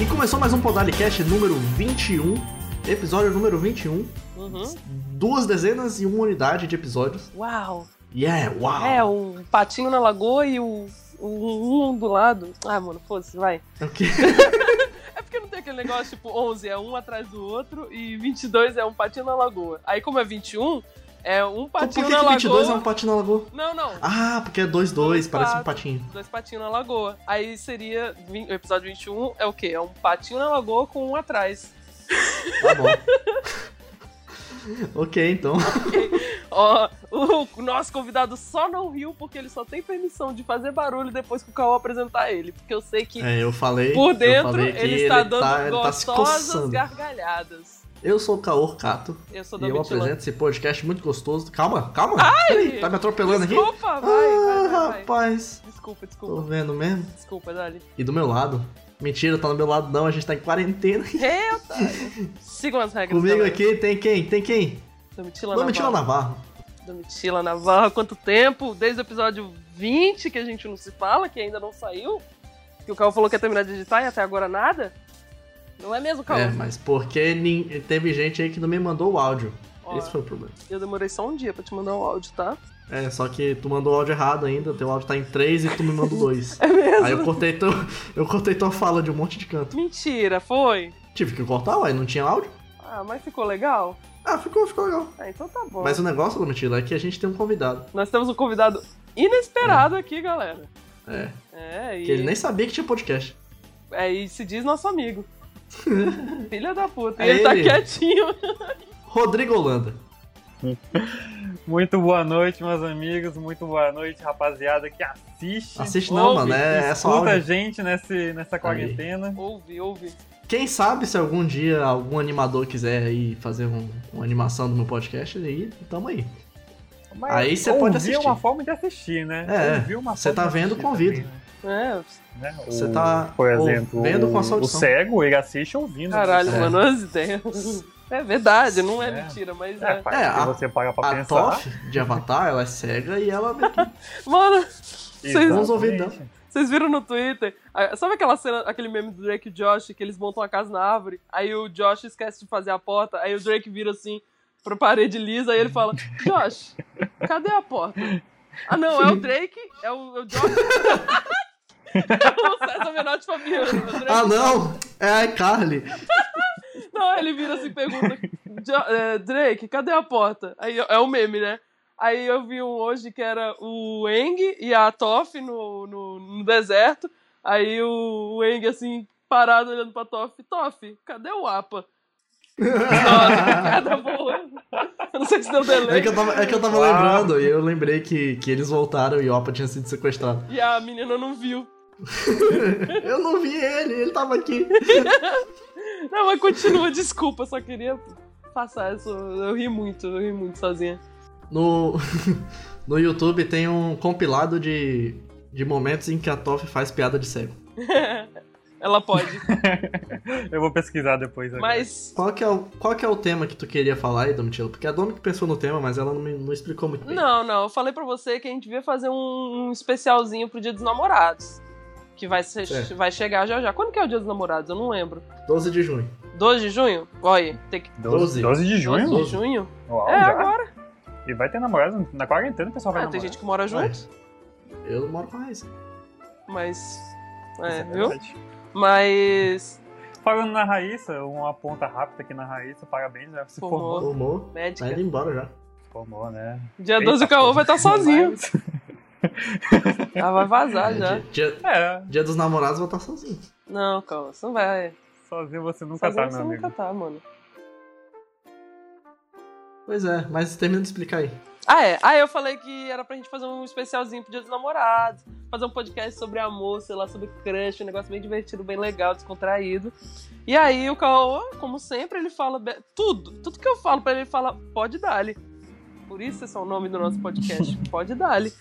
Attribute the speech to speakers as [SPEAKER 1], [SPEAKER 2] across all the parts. [SPEAKER 1] E começou mais um Podalicast número 21, episódio número 21,
[SPEAKER 2] Uhum.
[SPEAKER 1] duas dezenas e uma unidade de episódios.
[SPEAKER 2] Uau!
[SPEAKER 1] Yeah, uau!
[SPEAKER 2] É, o patinho na lagoa e o, o um do lado. Ah, mano, foda-se, vai.
[SPEAKER 1] É o quê?
[SPEAKER 2] É porque não tem aquele negócio, tipo, 11 é um atrás do outro e 22 é um patinho na lagoa. Aí, como é 21, é um
[SPEAKER 1] Por que,
[SPEAKER 2] patinho na
[SPEAKER 1] que 22 é
[SPEAKER 2] lagoa.
[SPEAKER 1] um patinho na lagoa?
[SPEAKER 2] Não, não.
[SPEAKER 1] Ah, porque é 2-2,
[SPEAKER 2] Dois
[SPEAKER 1] parece um
[SPEAKER 2] patos.
[SPEAKER 1] patinho.
[SPEAKER 2] Dois patinhos na lagoa. Aí seria. vin- O episódio 21 é o quê? É um patinho na lagoa com um atrás.
[SPEAKER 1] Tá bom. ok, então.
[SPEAKER 2] Ó, o nosso convidado só não riu porque ele só tem permissão de fazer barulho depois que o Cauã apresentar ele. Porque eu sei que
[SPEAKER 1] É, eu falei.
[SPEAKER 2] Por
[SPEAKER 1] eu
[SPEAKER 2] dentro,
[SPEAKER 1] falei
[SPEAKER 2] ele
[SPEAKER 1] que
[SPEAKER 2] está dando
[SPEAKER 1] ele tá se
[SPEAKER 2] gostosas
[SPEAKER 1] coçando.
[SPEAKER 2] gargalhadas.
[SPEAKER 1] Eu sou o Caor Cato
[SPEAKER 2] Eu sou
[SPEAKER 1] e
[SPEAKER 2] da
[SPEAKER 1] eu
[SPEAKER 2] Vitilã.
[SPEAKER 1] apresento esse podcast muito gostoso. Calma, calma! Peraí, tá me atropelando aqui?
[SPEAKER 2] Desculpa, vai, vai,
[SPEAKER 1] ah,
[SPEAKER 2] vai, vai.
[SPEAKER 1] rapaz,
[SPEAKER 2] Desculpa,
[SPEAKER 1] tô
[SPEAKER 2] desculpa.
[SPEAKER 1] vendo mesmo.
[SPEAKER 2] Desculpa, Dali.
[SPEAKER 1] E do meu lado. Mentira, tá no meu lado não, a gente tá em quarentena.
[SPEAKER 2] Eita! Sigam as regras.
[SPEAKER 1] Comigo
[SPEAKER 2] galera.
[SPEAKER 1] aqui tem quem? Tem quem?
[SPEAKER 2] Domitila
[SPEAKER 1] Domitila
[SPEAKER 2] Navarro.
[SPEAKER 1] Navarro.
[SPEAKER 2] Domitila Navarro. Quanto tempo? Desde o episódio 20 que a gente não se fala, que ainda não saiu. Que o Carl falou que ia terminar de editar e até agora nada. Não é mesmo, Carl?
[SPEAKER 1] É, mas porque nin- teve gente aí que não me mandou o áudio.
[SPEAKER 2] Ó,
[SPEAKER 1] Esse foi o problema.
[SPEAKER 2] Eu demorei só um dia pra te mandar um áudio, tá?
[SPEAKER 1] É, só que tu mandou o áudio errado ainda, teu áudio tá em 3 e tu me mandou 2.
[SPEAKER 2] É mesmo?
[SPEAKER 1] aí eu cortei, teu, eu cortei tua fala de um monte de canto.
[SPEAKER 2] Mentira, foi?
[SPEAKER 1] Tive que cortar, ué, não tinha áudio?
[SPEAKER 2] Ah, mas ficou legal?
[SPEAKER 1] Ah, ficou, ficou legal.
[SPEAKER 2] Ah, então tá bom.
[SPEAKER 1] Mas o negócio, Domitila, é que a gente tem um convidado.
[SPEAKER 2] Nós temos um convidado inesperado aqui, galera.
[SPEAKER 1] É,
[SPEAKER 2] É,
[SPEAKER 1] que ele
[SPEAKER 2] e,
[SPEAKER 1] nem sabia que tinha podcast.
[SPEAKER 2] é, e se diz nosso amigo. Filha da puta.
[SPEAKER 1] É
[SPEAKER 2] e ele, tá
[SPEAKER 1] ele.
[SPEAKER 2] quietinho.
[SPEAKER 1] Rodrigo Holanda.
[SPEAKER 3] Muito boa noite, meus amigos. Muito boa noite, rapaziada que assiste.
[SPEAKER 1] Assiste não,
[SPEAKER 3] ouve,
[SPEAKER 1] mano, é, é só
[SPEAKER 3] escuta a
[SPEAKER 1] áudio.
[SPEAKER 3] gente nesse, nessa quarentena.
[SPEAKER 2] Ouve, ouve.
[SPEAKER 1] Quem sabe se algum dia algum animador quiser aí fazer um- uma animação do meu podcast, aí tamo aí.
[SPEAKER 3] Mas
[SPEAKER 1] Aí você pode
[SPEAKER 3] ouvir
[SPEAKER 1] assistir.
[SPEAKER 3] é uma forma de assistir, né?
[SPEAKER 1] É,
[SPEAKER 3] Ouvir uma
[SPEAKER 1] você
[SPEAKER 3] forma
[SPEAKER 1] tá
[SPEAKER 3] de
[SPEAKER 1] vendo,
[SPEAKER 3] assistir
[SPEAKER 1] convido.
[SPEAKER 3] também, né?
[SPEAKER 2] É,
[SPEAKER 3] Né?
[SPEAKER 1] Você
[SPEAKER 3] O-
[SPEAKER 1] tá
[SPEAKER 3] por exemplo,
[SPEAKER 1] vendo com a sua
[SPEAKER 3] o
[SPEAKER 1] audição.
[SPEAKER 3] cego, ele assiste ouvindo.
[SPEAKER 2] caralho,
[SPEAKER 1] É.
[SPEAKER 2] mano, as ideias. É verdade, não é,
[SPEAKER 3] É.
[SPEAKER 2] mentira, mas
[SPEAKER 3] É,
[SPEAKER 2] é.
[SPEAKER 3] pai,
[SPEAKER 1] É,
[SPEAKER 3] se
[SPEAKER 1] a-
[SPEAKER 3] você paga pra
[SPEAKER 1] A
[SPEAKER 3] pensar.
[SPEAKER 1] Toff de Avatar, ela é cega e ela meio que
[SPEAKER 2] Mano, vocês
[SPEAKER 1] Bons ouvidão.
[SPEAKER 3] Exatamente.
[SPEAKER 2] vocês viram no Twitter? ah, Sabe aquela cena, aquele meme do Drake e Josh, que eles montam a casa na árvore, aí o Josh esquece de fazer a porta, aí o Drake vira assim pra parede lisa, aí ele fala: Josh, cadê a porta? Ah não, é o Drake, é o, é o Josh. o César Menotti Fabiano. é o Drake.
[SPEAKER 1] Ah, não! É a iCarly.
[SPEAKER 2] Não, ele vira assim e pergunta: "Jo- é, Drake, cadê a porta? Aí eu- é o meme, né? Aí eu vi um hoje que era o Eng e a Toff no, no, no deserto. Aí o, o Eng assim, parado olhando pra Toff: Toff, cadê o APA? Nossa, cada boa. Eu não sei se deu
[SPEAKER 1] É
[SPEAKER 2] delay.
[SPEAKER 1] que eu tava, é que eu tava
[SPEAKER 3] Uau.
[SPEAKER 1] lembrando, e eu lembrei que, que eles voltaram e o Opa tinha sido sequestrado.
[SPEAKER 2] E a menina não viu.
[SPEAKER 1] Eu não vi ele, ele tava aqui.
[SPEAKER 2] Não, mas continua, desculpa, só queria passar isso. Eu ri muito, eu ri muito sozinha.
[SPEAKER 1] No, no YouTube tem um compilado de, de momentos em que a Toff faz piada de cego.
[SPEAKER 2] Ela pode.
[SPEAKER 3] Eu vou pesquisar depois. agora.
[SPEAKER 2] Mas
[SPEAKER 1] Qual que, é o, qual que é o tema que tu queria falar aí, Domitila? Porque é a Domi que pensou no tema, mas ela não, me, não explicou muito bem.
[SPEAKER 2] Não, não. Eu falei pra você que a gente devia fazer um, um especialzinho pro Dia dos Namorados. Que vai, ser,
[SPEAKER 1] Certo.
[SPEAKER 2] vai chegar já já. Quando que é o Dia dos Namorados? Eu não lembro.
[SPEAKER 1] 12 de junho.
[SPEAKER 2] 12 de junho? Olha, aí, tem que.
[SPEAKER 1] 12.
[SPEAKER 3] 12, 12 de junho?
[SPEAKER 2] 12 de junho?
[SPEAKER 3] Uau,
[SPEAKER 2] é,
[SPEAKER 3] já.
[SPEAKER 2] agora.
[SPEAKER 3] E vai ter namorado na quarentena, o pessoal vai
[SPEAKER 2] Ah, tem
[SPEAKER 3] namorar.
[SPEAKER 2] gente que mora
[SPEAKER 1] Ué.
[SPEAKER 2] junto,
[SPEAKER 1] Eu não moro mais.
[SPEAKER 2] mas.
[SPEAKER 3] Isso
[SPEAKER 2] É, viu?
[SPEAKER 3] verdade.
[SPEAKER 2] Mas.
[SPEAKER 3] Falando na Raíssa, uma ponta rápida aqui na Raíssa, parabéns, já se
[SPEAKER 2] Formou.
[SPEAKER 3] formou.
[SPEAKER 1] Formou. Tá indo
[SPEAKER 2] Médica.
[SPEAKER 1] embora já.
[SPEAKER 3] Formou, né?
[SPEAKER 2] Dia
[SPEAKER 3] Eita,
[SPEAKER 2] 12 o É Caô vai estar sozinho.
[SPEAKER 3] Mas-
[SPEAKER 2] Ela vai vazar
[SPEAKER 1] É,
[SPEAKER 2] Tá já.
[SPEAKER 1] Dia, dia-
[SPEAKER 3] É,
[SPEAKER 1] dia dos namorados vou estar sozinho.
[SPEAKER 2] Não, Caô, você não vai.
[SPEAKER 3] sozinho você nunca
[SPEAKER 2] Sozinho
[SPEAKER 3] tá,
[SPEAKER 2] você
[SPEAKER 3] meu amigo.
[SPEAKER 2] nunca tá, mano.
[SPEAKER 1] Pois é, mas termina de explicar aí.
[SPEAKER 2] Ah, é. Ah, eu falei que era pra gente fazer um especialzinho pro Dia dos Namorados, fazer um podcast sobre amor, sei lá, sobre crush, um negócio bem divertido, bem legal, descontraído. E aí o Cauã, como sempre, ele fala be- tudo. Tudo que eu falo pra ele, ele fala, pode dar-lhe. Por isso esse é o nome do nosso podcast, pode dar-lhe. tá.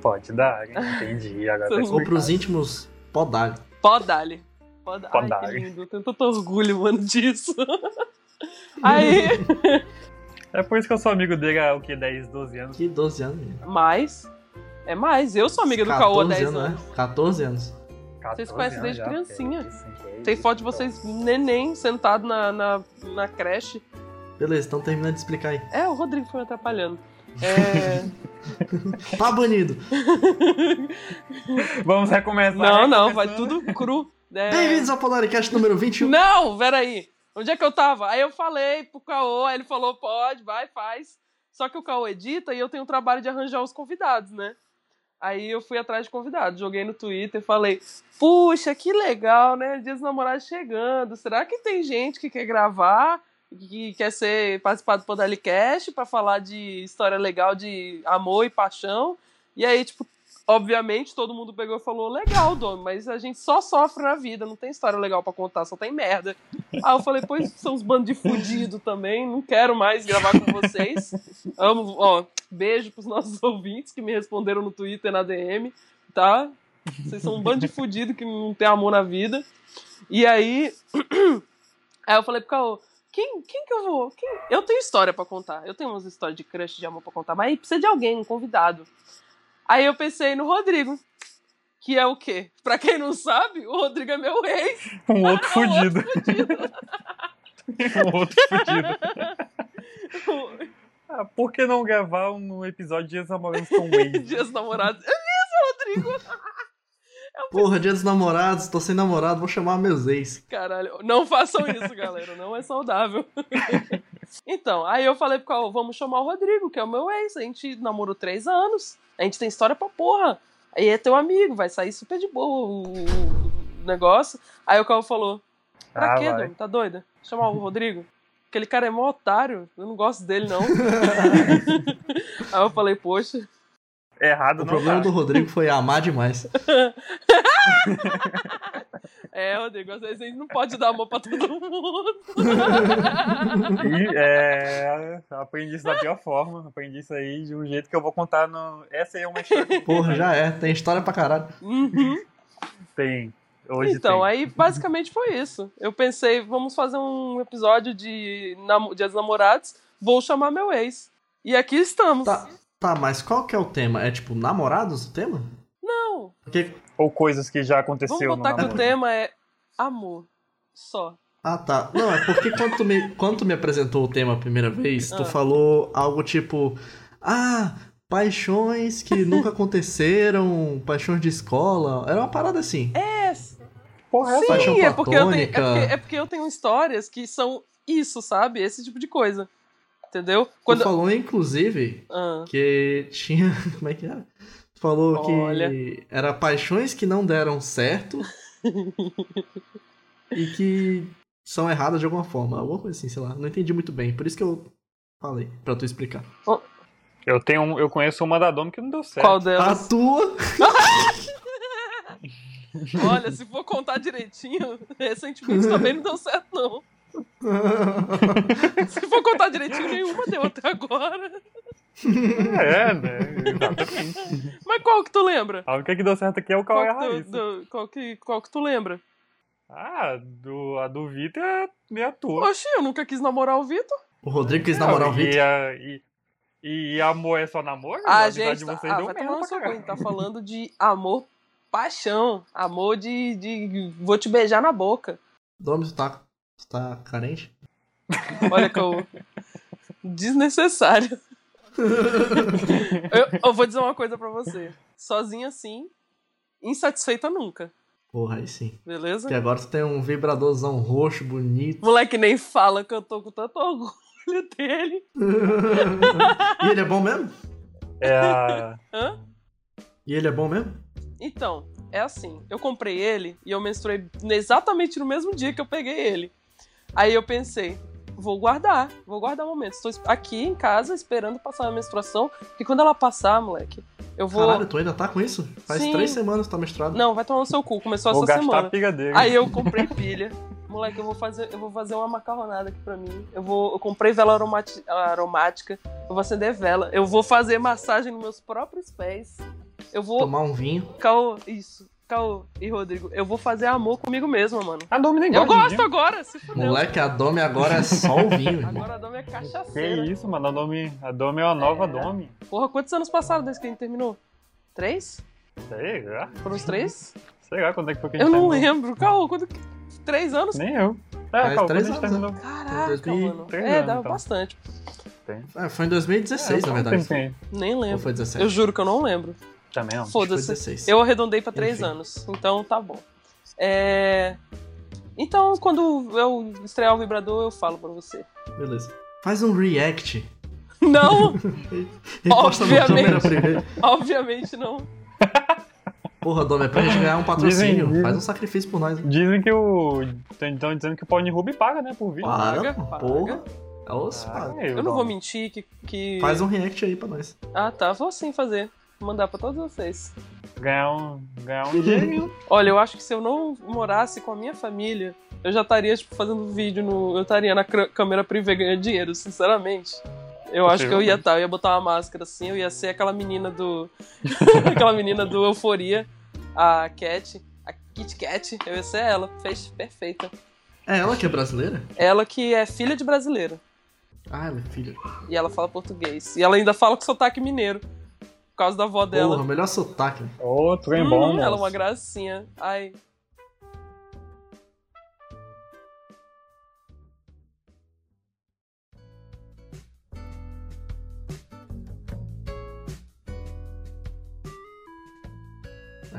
[SPEAKER 3] Pode dar, entendi. Agora tá
[SPEAKER 2] Ou
[SPEAKER 1] Ou pros
[SPEAKER 3] explicado.
[SPEAKER 1] íntimos, podar.
[SPEAKER 2] Pode dar-lhe. Pode
[SPEAKER 3] Pode
[SPEAKER 2] Ai, que
[SPEAKER 3] dar-lhe.
[SPEAKER 2] lindo. Eu tenho tanto orgulho, mano, disso. aí,
[SPEAKER 3] É por isso que eu sou amigo dele há o que, 10, 12 anos.
[SPEAKER 1] Que 12 anos, menino.
[SPEAKER 3] né?
[SPEAKER 2] mais. É mais. Eu sou amiga do Cauã há 10 anos.
[SPEAKER 1] né? 14 anos.
[SPEAKER 2] Vocês
[SPEAKER 3] 14
[SPEAKER 2] conhecem
[SPEAKER 3] anos
[SPEAKER 2] desde
[SPEAKER 3] já,
[SPEAKER 2] criancinha.
[SPEAKER 3] que isso, hein, que
[SPEAKER 2] Tem
[SPEAKER 3] isso,
[SPEAKER 2] foto de
[SPEAKER 3] então.
[SPEAKER 2] vocês neném sentado na, na, na creche.
[SPEAKER 1] Beleza, estão terminando de explicar aí.
[SPEAKER 2] É, o Rodrigo foi me atrapalhando. É...
[SPEAKER 1] Tá banido.
[SPEAKER 3] Vamos recomeçar.
[SPEAKER 2] não, não, vai
[SPEAKER 3] recomeçando.
[SPEAKER 2] tudo cru. É...
[SPEAKER 1] Bem-vindos ao Polaricast número 21.
[SPEAKER 2] Não, peraí. Onde é que eu tava? Aí eu falei pro Caô, aí ele falou, pode, vai, faz. Só que o Caô edita e eu tenho o trabalho de arranjar os convidados, né? Aí eu fui atrás de convidados, joguei no Twitter, falei, puxa, que legal, né? Dia dos namorados chegando. Será que tem gente que quer gravar, que quer ser participar do Podalicast pra falar de história legal de amor e paixão? E aí, tipo, obviamente todo mundo pegou e falou: legal, dono, mas a gente só sofre na vida, não tem história legal pra contar, só tem merda. Aí eu falei: pois são os bandos de fudido também, não quero mais gravar com vocês. Amo, ó, beijo pros nossos ouvintes que me responderam no Twitter, na DM, tá? Vocês são um bando de fudido que não tem amor na vida. E aí. aí eu falei pro Caô. Quem, quem que eu vou? Quem? Eu tenho história pra contar. Eu tenho umas histórias de crush de amor pra contar, mas aí precisa de alguém, um convidado. Aí eu pensei no Rodrigo, que é o quê? Pra quem não sabe, o Rodrigo é meu ex.
[SPEAKER 3] Um outro
[SPEAKER 2] Ah, o
[SPEAKER 3] fudido.
[SPEAKER 2] fudido.
[SPEAKER 3] um outro fudido. Ah, por que não gravar um episódio de Examorando com Wade?
[SPEAKER 2] Dias namorados. É mesmo, Rodrigo.
[SPEAKER 1] Porra, dia dos namorados, tô sem namorado, vou chamar meus ex.
[SPEAKER 2] Caralho, não façam isso, galera. Não é saudável. então, aí eu falei pro Cauã, vamos chamar o Rodrigo, que é o meu ex. A gente namorou três anos. A gente tem história pra porra. Aí é teu amigo, vai sair super de boa o, o- o negócio. Aí o Cauã falou, pra
[SPEAKER 3] Ah,
[SPEAKER 2] quê,
[SPEAKER 3] vai.
[SPEAKER 2] Dom? Tá doida? Chamar o Rodrigo? Aquele cara é mó otário. Eu não gosto dele, não. aí eu falei, poxa.
[SPEAKER 3] Errado
[SPEAKER 1] O
[SPEAKER 3] não
[SPEAKER 1] problema
[SPEAKER 3] tá.
[SPEAKER 1] do Rodrigo foi amar demais.
[SPEAKER 2] É, Rodrigo, às vezes a gente não pode dar amor pra todo mundo.
[SPEAKER 3] E, é, aprendi isso da pior forma. Aprendi isso aí de um jeito que eu vou contar no... Essa aí é uma história que
[SPEAKER 1] Porra, já é, tem história pra caralho.
[SPEAKER 2] Uhum.
[SPEAKER 3] tem. Hoje
[SPEAKER 2] Então,
[SPEAKER 3] tem.
[SPEAKER 2] aí basicamente foi isso. Eu pensei, vamos fazer um episódio de namo- Dia dos Namorados, vou chamar meu ex. E aqui estamos.
[SPEAKER 1] Tá, tá, mas qual que é o tema? É tipo namorados o tema?
[SPEAKER 2] Não,
[SPEAKER 1] Porque...
[SPEAKER 3] Ou coisas que já
[SPEAKER 2] vamos
[SPEAKER 3] aconteceu
[SPEAKER 2] botar
[SPEAKER 3] no
[SPEAKER 2] que o
[SPEAKER 3] namoro.
[SPEAKER 2] tema é amor. Só.
[SPEAKER 1] Ah, tá. Não, é porque quando tu me, quando tu me apresentou o tema a primeira vez, tu
[SPEAKER 2] Ah.
[SPEAKER 1] falou algo tipo: Ah, paixões que nunca aconteceram, paixões de escola. Era uma parada assim.
[SPEAKER 2] É,
[SPEAKER 3] Porra, essa
[SPEAKER 1] paixão
[SPEAKER 2] sim, é porque, eu tenho, é,
[SPEAKER 1] platônica.
[SPEAKER 2] porque, é porque eu tenho histórias que são isso, sabe? Esse tipo de coisa. Entendeu?
[SPEAKER 1] Tu
[SPEAKER 2] Quando.
[SPEAKER 1] falou, inclusive,
[SPEAKER 2] Ah,
[SPEAKER 1] que tinha. Como é que era? Tu Falou
[SPEAKER 2] Olha.
[SPEAKER 1] que era paixões que não deram certo e que são erradas de alguma forma. Alguma coisa assim, sei lá. Não entendi muito bem. Por isso que eu falei, pra tu explicar.
[SPEAKER 3] Eu tenho um- eu conheço uma da Dom que não deu certo.
[SPEAKER 2] qual
[SPEAKER 1] A
[SPEAKER 2] delas?
[SPEAKER 1] tua.
[SPEAKER 2] Olha, se for contar direitinho, recentemente também não deu certo, não. Se for contar direitinho, nenhuma deu até agora.
[SPEAKER 3] É, né? Exatamente.
[SPEAKER 2] Mas qual que tu lembra?
[SPEAKER 3] A única que deu certo aqui é o Cauê
[SPEAKER 2] que tu-
[SPEAKER 3] Raíssa.
[SPEAKER 2] do- qual, que, qual que tu lembra?
[SPEAKER 3] Ah, do, a do Vitor é meia tua.
[SPEAKER 2] Oxi, eu nunca quis namorar o Vitor.
[SPEAKER 1] o Rodrigo quis namorar o
[SPEAKER 3] e,
[SPEAKER 1] Vitor.
[SPEAKER 3] a- E, e, amor é só namoro? A
[SPEAKER 2] Ah,
[SPEAKER 3] amizade
[SPEAKER 2] gente,
[SPEAKER 3] de
[SPEAKER 2] tá,
[SPEAKER 3] vocês
[SPEAKER 2] ah,
[SPEAKER 3] deu um
[SPEAKER 2] vai
[SPEAKER 3] merda
[SPEAKER 2] tomar no
[SPEAKER 3] pra
[SPEAKER 2] seu cu. a gente
[SPEAKER 3] caralho.
[SPEAKER 2] tá falando de amor, paixão. Amor de, de vou te beijar na boca.
[SPEAKER 1] Domi, tu tá, tu tá carente?
[SPEAKER 2] Olha que eu... Desnecessário. eu, eu vou dizer uma coisa pra você. Sozinha sim, insatisfeita nunca,
[SPEAKER 1] Porra, aí sim.
[SPEAKER 2] beleza?
[SPEAKER 1] Porque agora tu tem um vibradorzão roxo, bonito.
[SPEAKER 2] Moleque nem fala que eu tô com tanto orgulho dele.
[SPEAKER 1] e ele é bom mesmo?
[SPEAKER 3] É a...
[SPEAKER 2] Hã?
[SPEAKER 1] E ele é bom mesmo?
[SPEAKER 2] Então, é assim, eu comprei ele e eu menstruei exatamente no mesmo dia que eu peguei ele. Aí eu pensei, vou guardar, vou guardar o momento. Estou aqui em casa esperando passar a menstruação, porque quando ela passar, moleque, eu vou.
[SPEAKER 1] Caralho, tu ainda tá com isso? Faz
[SPEAKER 2] Sim.
[SPEAKER 1] três semanas que tá menstruado.
[SPEAKER 2] Não, vai tomar no seu cu, começou
[SPEAKER 3] Vou
[SPEAKER 2] essa
[SPEAKER 3] gastar
[SPEAKER 2] semana.
[SPEAKER 3] a piga dele.
[SPEAKER 2] Aí eu comprei pilha. Moleque, eu vou fazer, eu vou fazer uma macarronada aqui pra mim. Eu vou, eu comprei vela aromati- aromática. Eu vou acender vela. Eu vou fazer massagem nos meus próprios pés. Eu vou
[SPEAKER 1] Tomar um vinho.
[SPEAKER 2] Caô, isso. Caô e Rodrigo, eu vou fazer amor comigo mesma, mano.
[SPEAKER 3] A Dom nem
[SPEAKER 2] Eu
[SPEAKER 3] gosta
[SPEAKER 2] gosto
[SPEAKER 3] de vinho.
[SPEAKER 2] agora, se fudeu.
[SPEAKER 1] Moleque, a Domi agora é só o vinho, irmão.
[SPEAKER 2] Agora a Domi é cachaceira.
[SPEAKER 3] Que isso, mano. A Domi, a Domi é uma nova
[SPEAKER 2] É.
[SPEAKER 3] Domi.
[SPEAKER 2] Porra, quantos anos passaram desde que a gente terminou? Três?
[SPEAKER 3] Sei, já.
[SPEAKER 2] Foram os três?
[SPEAKER 3] Sei lá quando é que foi que a
[SPEAKER 2] Eu
[SPEAKER 3] gente
[SPEAKER 2] não
[SPEAKER 3] terminou.
[SPEAKER 2] lembro. Calma, quando. que- Três anos?
[SPEAKER 3] Nem eu.
[SPEAKER 1] Faz
[SPEAKER 3] É, calma, quando a
[SPEAKER 1] três
[SPEAKER 3] gente
[SPEAKER 1] anos, né?
[SPEAKER 3] terminou.
[SPEAKER 2] Caraca,
[SPEAKER 1] 2003
[SPEAKER 2] mano. É,
[SPEAKER 3] anos,
[SPEAKER 2] dava
[SPEAKER 3] então.
[SPEAKER 2] bastante.
[SPEAKER 1] Ah, foi em 2016, na
[SPEAKER 3] faz um
[SPEAKER 1] verdade.
[SPEAKER 3] tempinho.
[SPEAKER 2] Nem
[SPEAKER 1] Ou
[SPEAKER 2] lembro.
[SPEAKER 1] foi 17?
[SPEAKER 2] Eu juro que eu não lembro.
[SPEAKER 3] Também não.
[SPEAKER 1] Foi
[SPEAKER 2] Foda-se.
[SPEAKER 1] 16.
[SPEAKER 2] Eu arredondei pra três
[SPEAKER 1] Enfim.
[SPEAKER 2] anos, então tá bom. É, Então, quando eu estrear o vibrador, eu falo pra você.
[SPEAKER 1] Beleza. Faz um react.
[SPEAKER 2] Não,
[SPEAKER 1] E posta no
[SPEAKER 2] Obviamente.
[SPEAKER 1] câmera primeiro.
[SPEAKER 2] obviamente não.
[SPEAKER 1] Porra, Dom, é pra gente ganhar um
[SPEAKER 3] Dizem,
[SPEAKER 1] patrocínio.
[SPEAKER 3] dizem.
[SPEAKER 1] Faz um sacrifício por nós.
[SPEAKER 3] Dizem que o. Estão dizendo que o Paulinho Ruby paga, né? Por vídeo.
[SPEAKER 1] Para,
[SPEAKER 2] Paga,
[SPEAKER 1] porra. É os
[SPEAKER 3] Ah,
[SPEAKER 1] padres.
[SPEAKER 2] Eu não vou mentir que. que...
[SPEAKER 1] Faz um react aí pra nós.
[SPEAKER 2] Ah, tá, vou sim fazer. Vou Mandar pra todos vocês.
[SPEAKER 3] Ganhar um, ganhar um dinheirinho.
[SPEAKER 2] Olha, eu acho que se eu não morasse com a minha família, eu já estaria tipo, fazendo vídeo no. Eu estaria na cr- câmera privê ganhando dinheiro, sinceramente. Eu acho que eu ia estar, eu ia botar uma máscara assim, eu ia ser aquela menina do. aquela menina do Euforia, a Cat, a Kit Kat, eu ia ser ela, fez perfeita.
[SPEAKER 1] É ela que é brasileira?
[SPEAKER 2] Ela que é filha de brasileiro.
[SPEAKER 1] Ah, ela é filha.
[SPEAKER 2] E ela fala português. E ela ainda fala com sotaque mineiro. Por causa da avó dela.
[SPEAKER 1] Porra, melhor sotaque.
[SPEAKER 3] Ô, trem bom,
[SPEAKER 2] Hum,
[SPEAKER 3] moço.
[SPEAKER 2] ela é uma gracinha. Ai.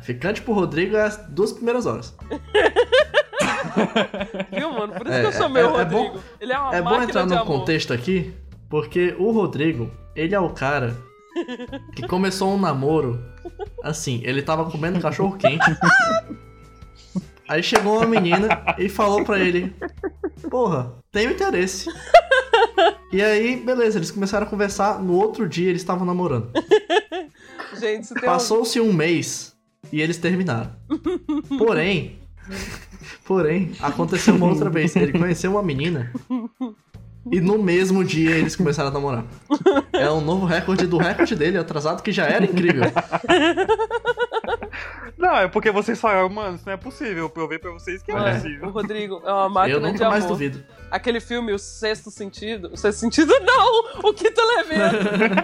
[SPEAKER 1] Ficante pro Rodrigo é as duas primeiras horas.
[SPEAKER 2] Viu, mano? Por isso
[SPEAKER 1] É,
[SPEAKER 2] que eu chamei
[SPEAKER 1] é-
[SPEAKER 2] o
[SPEAKER 1] é bom-
[SPEAKER 2] Rodrigo. ele é uma
[SPEAKER 1] é bom
[SPEAKER 2] máquina
[SPEAKER 1] entrar
[SPEAKER 2] de
[SPEAKER 1] no
[SPEAKER 2] amor.
[SPEAKER 1] contexto aqui, porque o Rodrigo, ele é o cara que começou um namoro assim, ele tava comendo cachorro quente. Aí chegou uma menina e falou pra ele: Porra, tenho interesse. E aí, beleza, eles começaram a conversar. No outro dia, eles estavam namorando.
[SPEAKER 2] Gente, se tem um-
[SPEAKER 1] Passou-se um mês e eles terminaram. Porém, porém, aconteceu uma outra vez. Ele conheceu uma menina e no mesmo dia eles começaram a namorar. É um novo recorde do recorde dele, atrasado, que já era incrível.
[SPEAKER 3] Não, é porque vocês falaram, mano, isso não é possível. Eu provei pra vocês que é,
[SPEAKER 1] É.
[SPEAKER 2] O
[SPEAKER 3] possível.
[SPEAKER 2] Rodrigo é uma
[SPEAKER 1] Eu
[SPEAKER 2] máquina de
[SPEAKER 1] nunca mais
[SPEAKER 2] amor.
[SPEAKER 1] duvido.
[SPEAKER 2] Aquele filme, O Sexto Sentido. O Sexto Sentido, não! O Quinto Elemento!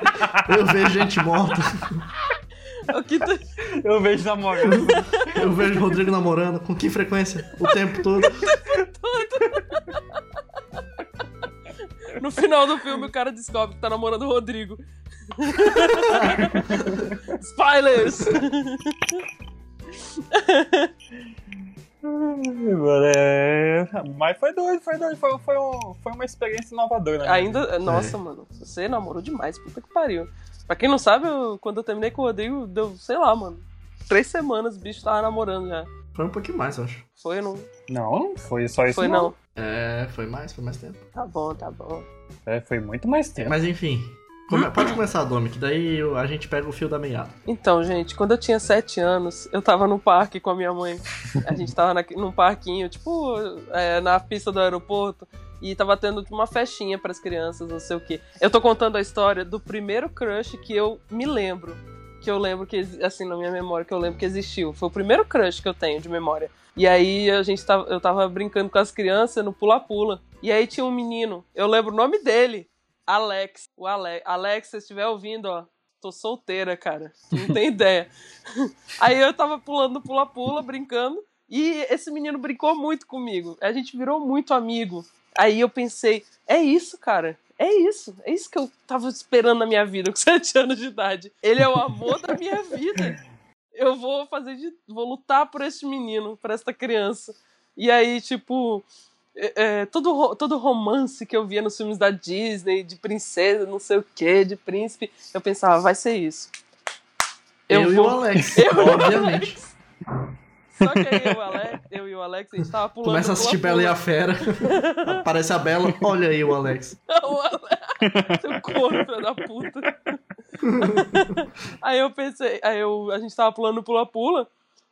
[SPEAKER 1] Eu vejo gente morta,
[SPEAKER 2] O Quinto...
[SPEAKER 3] Eu vejo namorando.
[SPEAKER 1] eu vejo o Rodrigo namorando, com que frequência? O tempo todo.
[SPEAKER 2] No final do filme, o cara descobre que tá namorando o Rodrigo. Spoilers!
[SPEAKER 3] Mano, é... Mas foi doido, foi doido. Foi, foi, um- foi uma experiência inovadora, né?
[SPEAKER 1] É.
[SPEAKER 2] Ainda. Nossa, mano, você namorou demais, puta que pariu. Pra quem não sabe, eu- quando eu terminei com o Rodrigo, deu, sei lá, mano. Três semanas o bicho tava namorando já.
[SPEAKER 1] Foi um pouquinho mais, eu acho.
[SPEAKER 2] Foi não?
[SPEAKER 3] Não, foi só isso.
[SPEAKER 2] Foi não.
[SPEAKER 1] É, foi mais, foi mais tempo.
[SPEAKER 2] Tá bom, tá bom.
[SPEAKER 3] É, foi muito mais tempo.
[SPEAKER 1] Mas enfim, come- pode começar, Domi, que daí eu- a gente pega o fio da meada.
[SPEAKER 2] Então, gente, quando eu tinha sete anos, eu tava no parque com a minha mãe. A gente tava na, num parquinho, tipo, é, na pista do aeroporto, e tava tendo tipo, uma festinha pras crianças, não sei o quê. Eu tô contando a história do primeiro crush que eu me lembro. Que eu lembro que, exi- assim, na minha memória, que eu lembro que existiu. Foi o primeiro crush que eu tenho de memória. E aí a gente tava, eu tava brincando com as crianças no pula-pula. E aí tinha um menino, eu lembro o nome dele. Alex, o Alex. Alex, se você estiver ouvindo, ó, tô solteira, cara. Não tem ideia. Aí eu tava pulando pula-pula, brincando, e esse menino brincou muito comigo. A gente virou muito amigo. Aí eu pensei, é isso, cara. É isso. É isso que eu tava esperando na minha vida com sete anos de idade. Ele é o amor da minha vida. Eu vou fazer de. vou lutar por este menino, por esta criança. E aí, tipo, é, é, todo, ro- todo romance que eu via nos filmes da Disney, de princesa, não sei o quê, de príncipe, eu pensava, vai ser isso.
[SPEAKER 1] Eu, e o
[SPEAKER 2] vou-
[SPEAKER 1] Alex,
[SPEAKER 2] Eu e o
[SPEAKER 1] obviamente.
[SPEAKER 2] Só que aí eu, Alex, eu e o Alex, a gente tava pulando.
[SPEAKER 1] Começa a assistir
[SPEAKER 2] pula,
[SPEAKER 1] Bela e a Fera. Aparece a Bela, olha aí o Alex.
[SPEAKER 2] O Alex, seu corno, filho da puta. aí eu pensei, aí eu, a gente tava pulando pula-pula.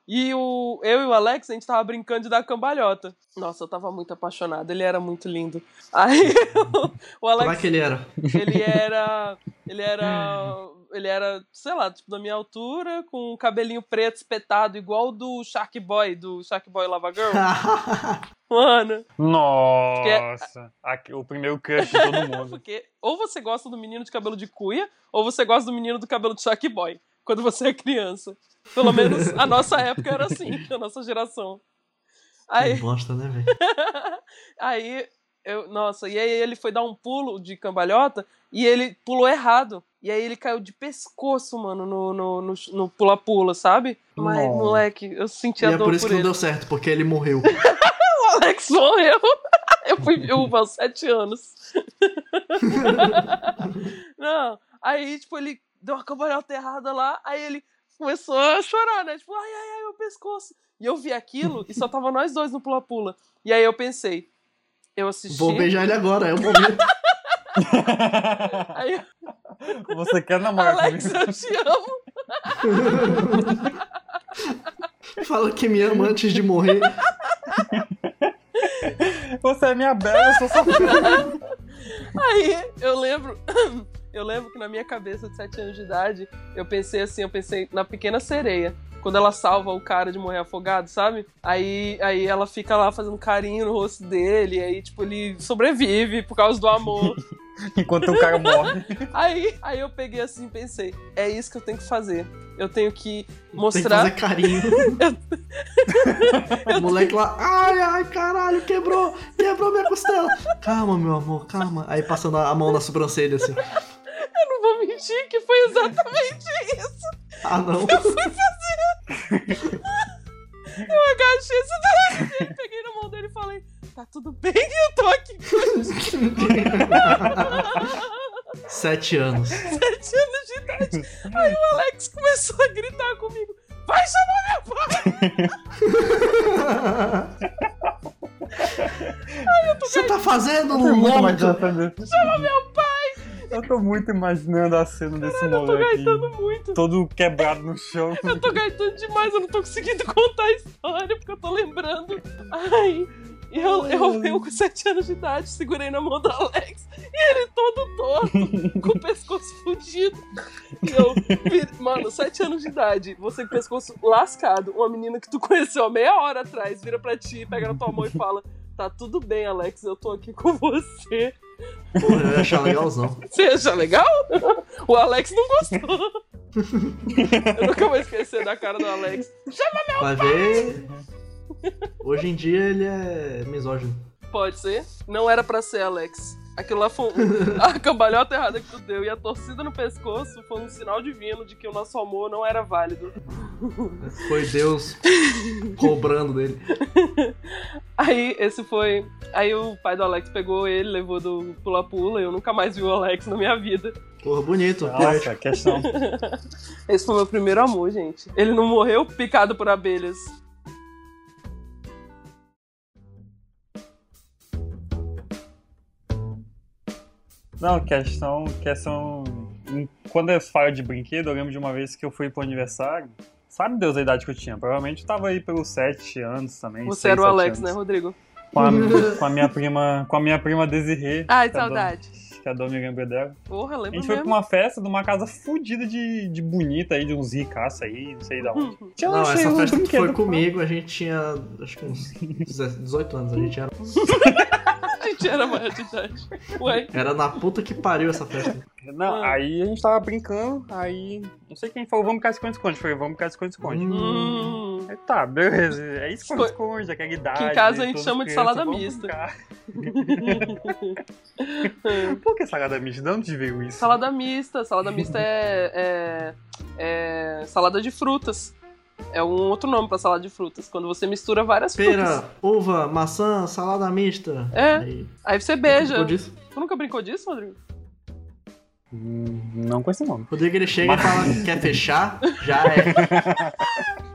[SPEAKER 2] E o, eu e o Alex, a gente tava brincando de dar cambalhota. Nossa, eu tava muito apaixonada, ele era muito lindo. Aí eu- o
[SPEAKER 1] Como é
[SPEAKER 2] Alex,
[SPEAKER 1] que ele era?
[SPEAKER 2] ele era. Ele era. Ele era, sei lá, tipo, da minha altura, com um cabelinho preto espetado, igual o do Shark Boy, do Shark Boy Lava Girl. Mano.
[SPEAKER 3] Nossa! Aqui, o primeiro crush de todo mundo.
[SPEAKER 2] Porque ou você gosta do menino de cabelo de cuia, ou você gosta do menino do cabelo de Shark Boy. quando você é criança. Pelo menos a nossa época era assim, a nossa geração.
[SPEAKER 1] Que
[SPEAKER 2] Aí,
[SPEAKER 1] bosta, né, velho?
[SPEAKER 2] aí eu, nossa, e aí ele foi dar um pulo de cambalhota e ele pulou errado. E aí ele caiu de pescoço, mano, no no- no no pula-pula, sabe? Mas,
[SPEAKER 3] Nossa.
[SPEAKER 2] moleque, eu
[SPEAKER 1] E
[SPEAKER 2] senti a
[SPEAKER 1] é
[SPEAKER 2] dor
[SPEAKER 1] por isso
[SPEAKER 2] por
[SPEAKER 1] que não
[SPEAKER 2] ele.
[SPEAKER 1] deu certo, porque ele morreu.
[SPEAKER 2] O Alex morreu. Eu fui viúva aos sete anos. Não, aí, tipo, ele deu uma cambalhota errada lá, aí ele começou a chorar, né? Tipo, ai, ai, ai, meu pescoço. E eu vi aquilo e só tava nós dois no pula-pula. E aí eu pensei, eu assisti.
[SPEAKER 1] Vou beijar ele agora, é o momento.
[SPEAKER 2] Aí,
[SPEAKER 3] Você quer namorar
[SPEAKER 2] Alex,
[SPEAKER 3] comigo?
[SPEAKER 2] eu te amo.
[SPEAKER 1] Fala que me ama antes de morrer.
[SPEAKER 3] Você é minha bela, eu sou sua
[SPEAKER 2] Aí eu lembro. Eu lembro que na minha cabeça de sete anos de idade, eu pensei assim, eu pensei na pequena sereia. Quando ela salva o cara de morrer afogado, sabe? Aí, aí ela fica lá fazendo carinho no rosto dele, aí, tipo, ele sobrevive por causa do amor.
[SPEAKER 3] Enquanto o cara morre.
[SPEAKER 2] aí, aí eu peguei assim e pensei, é isso que eu tenho que fazer. Eu tenho que
[SPEAKER 1] Tem que
[SPEAKER 2] mostrar.
[SPEAKER 1] fazer carinho. O moleque lá, ai, ai, caralho, quebrou, quebrou minha costela. Calma, meu amor, calma. Aí passando a mão na sobrancelha, assim.
[SPEAKER 2] Não vou mentir que foi exatamente isso.
[SPEAKER 1] Ah, não.
[SPEAKER 2] Eu agachei esse dele, peguei na mão dele e falei, tá tudo bem, eu tô aqui com
[SPEAKER 1] Sete anos.
[SPEAKER 2] sete anos de idade. Aí o Alex começou a gritar comigo, vai chamar meu pai!
[SPEAKER 1] Você tá fazendo
[SPEAKER 3] Eu tô
[SPEAKER 1] um
[SPEAKER 3] muito
[SPEAKER 1] longo.
[SPEAKER 3] imaginando. Chama meu pai! Eu tô muito imaginando a cena desse
[SPEAKER 2] Eu tô
[SPEAKER 3] moleque.
[SPEAKER 2] gaitando muito.
[SPEAKER 3] Todo quebrado no chão.
[SPEAKER 2] Eu tô gaitando demais, eu não tô conseguindo contar a história, porque eu tô lembrando. Ai, e eu, eu, eu com 7 anos de idade segurei na mão do Alex e ele todo torto, com o pescoço fudido. E eu, vi- mano, 7 anos de idade, você com o pescoço lascado, uma menina que tu conheceu há meia hora atrás, vira pra ti, pega na tua mão e fala: Tá tudo bem, Alex, eu tô aqui com você.
[SPEAKER 1] Porra, eu ia achar legalzão.
[SPEAKER 2] Você acha legal? O Alex não gostou. Eu nunca vou esquecer da cara do Alex.
[SPEAKER 1] Vai ver. Hoje em dia ele é misógino.
[SPEAKER 2] Pode ser. Não era pra ser, Alex. Aquilo lá foi um- a cambalhota errada que tu deu e a torcida no pescoço foi um sinal divino de que o nosso amor não era válido.
[SPEAKER 1] Foi Deus cobrando dele.
[SPEAKER 2] Aí esse foi. Aí o pai do Alex pegou ele, levou do pula-pula e eu nunca mais vi o Alex na minha vida.
[SPEAKER 1] Porra, bonito.
[SPEAKER 3] Nossa, questão.
[SPEAKER 2] Esse foi meu primeiro amor, gente. Ele não morreu picado por abelhas.
[SPEAKER 3] Não, questão, questão. Quando eu falo de brinquedo, eu lembro de uma vez que eu fui pro aniversário. Sabe Deus a idade que eu tinha? Provavelmente eu tava aí pelos 7 anos também.
[SPEAKER 2] Você
[SPEAKER 3] seis,
[SPEAKER 2] era o
[SPEAKER 3] sete
[SPEAKER 2] Alex, né,
[SPEAKER 3] anos.
[SPEAKER 2] Rodrigo?
[SPEAKER 3] Com a, com a minha prima. Com a minha prima Desirê.
[SPEAKER 2] Ai,
[SPEAKER 3] que a Dom-
[SPEAKER 2] saudade.
[SPEAKER 3] Que a Dom me lembra dela.
[SPEAKER 2] Porra,
[SPEAKER 3] Tá A
[SPEAKER 2] lembro
[SPEAKER 3] gente foi
[SPEAKER 2] mesmo.
[SPEAKER 3] pra uma festa de uma casa fodida de, de bonita aí, de uns ricaços aí, não sei da
[SPEAKER 2] Hum,
[SPEAKER 3] onde. Tinha
[SPEAKER 1] Não,
[SPEAKER 3] lá cheio
[SPEAKER 1] essa
[SPEAKER 3] uns
[SPEAKER 1] festa
[SPEAKER 3] brinquedos,
[SPEAKER 1] foi comigo, a gente tinha acho que uns 18 anos, a gente era,
[SPEAKER 2] A gente era maior de idade. Ué,
[SPEAKER 1] era na puta que pariu essa festa.
[SPEAKER 3] Não,
[SPEAKER 2] Ah.
[SPEAKER 3] aí a gente tava brincando, aí não sei quem falou, vamos ficar esconde-esconde. Eu Falei, vamos ficar esconde-esconde.
[SPEAKER 2] hum,
[SPEAKER 3] Aí Tá, beleza. É esconde-esconde, aquela idade.
[SPEAKER 2] Que em casa a gente
[SPEAKER 3] todas
[SPEAKER 2] chama de
[SPEAKER 3] crianças,
[SPEAKER 2] salada
[SPEAKER 3] vamos
[SPEAKER 2] mista.
[SPEAKER 3] brincar. Por que salada mista? De onde veio isso?
[SPEAKER 2] salada mista. Salada mista é, é- é salada de frutas. É um outro nome pra salada de frutas. Quando você mistura várias frutas.
[SPEAKER 1] Pera, uva, maçã, salada mista.
[SPEAKER 2] É,
[SPEAKER 1] Aí,
[SPEAKER 2] Aí você beija.
[SPEAKER 1] Rodrigo disso.
[SPEAKER 2] Tu nunca brincou disso, Rodrigo?
[SPEAKER 3] Hum, Não com esse nome.
[SPEAKER 1] Rodrigo ele chega e fala, quer fechar? Já é.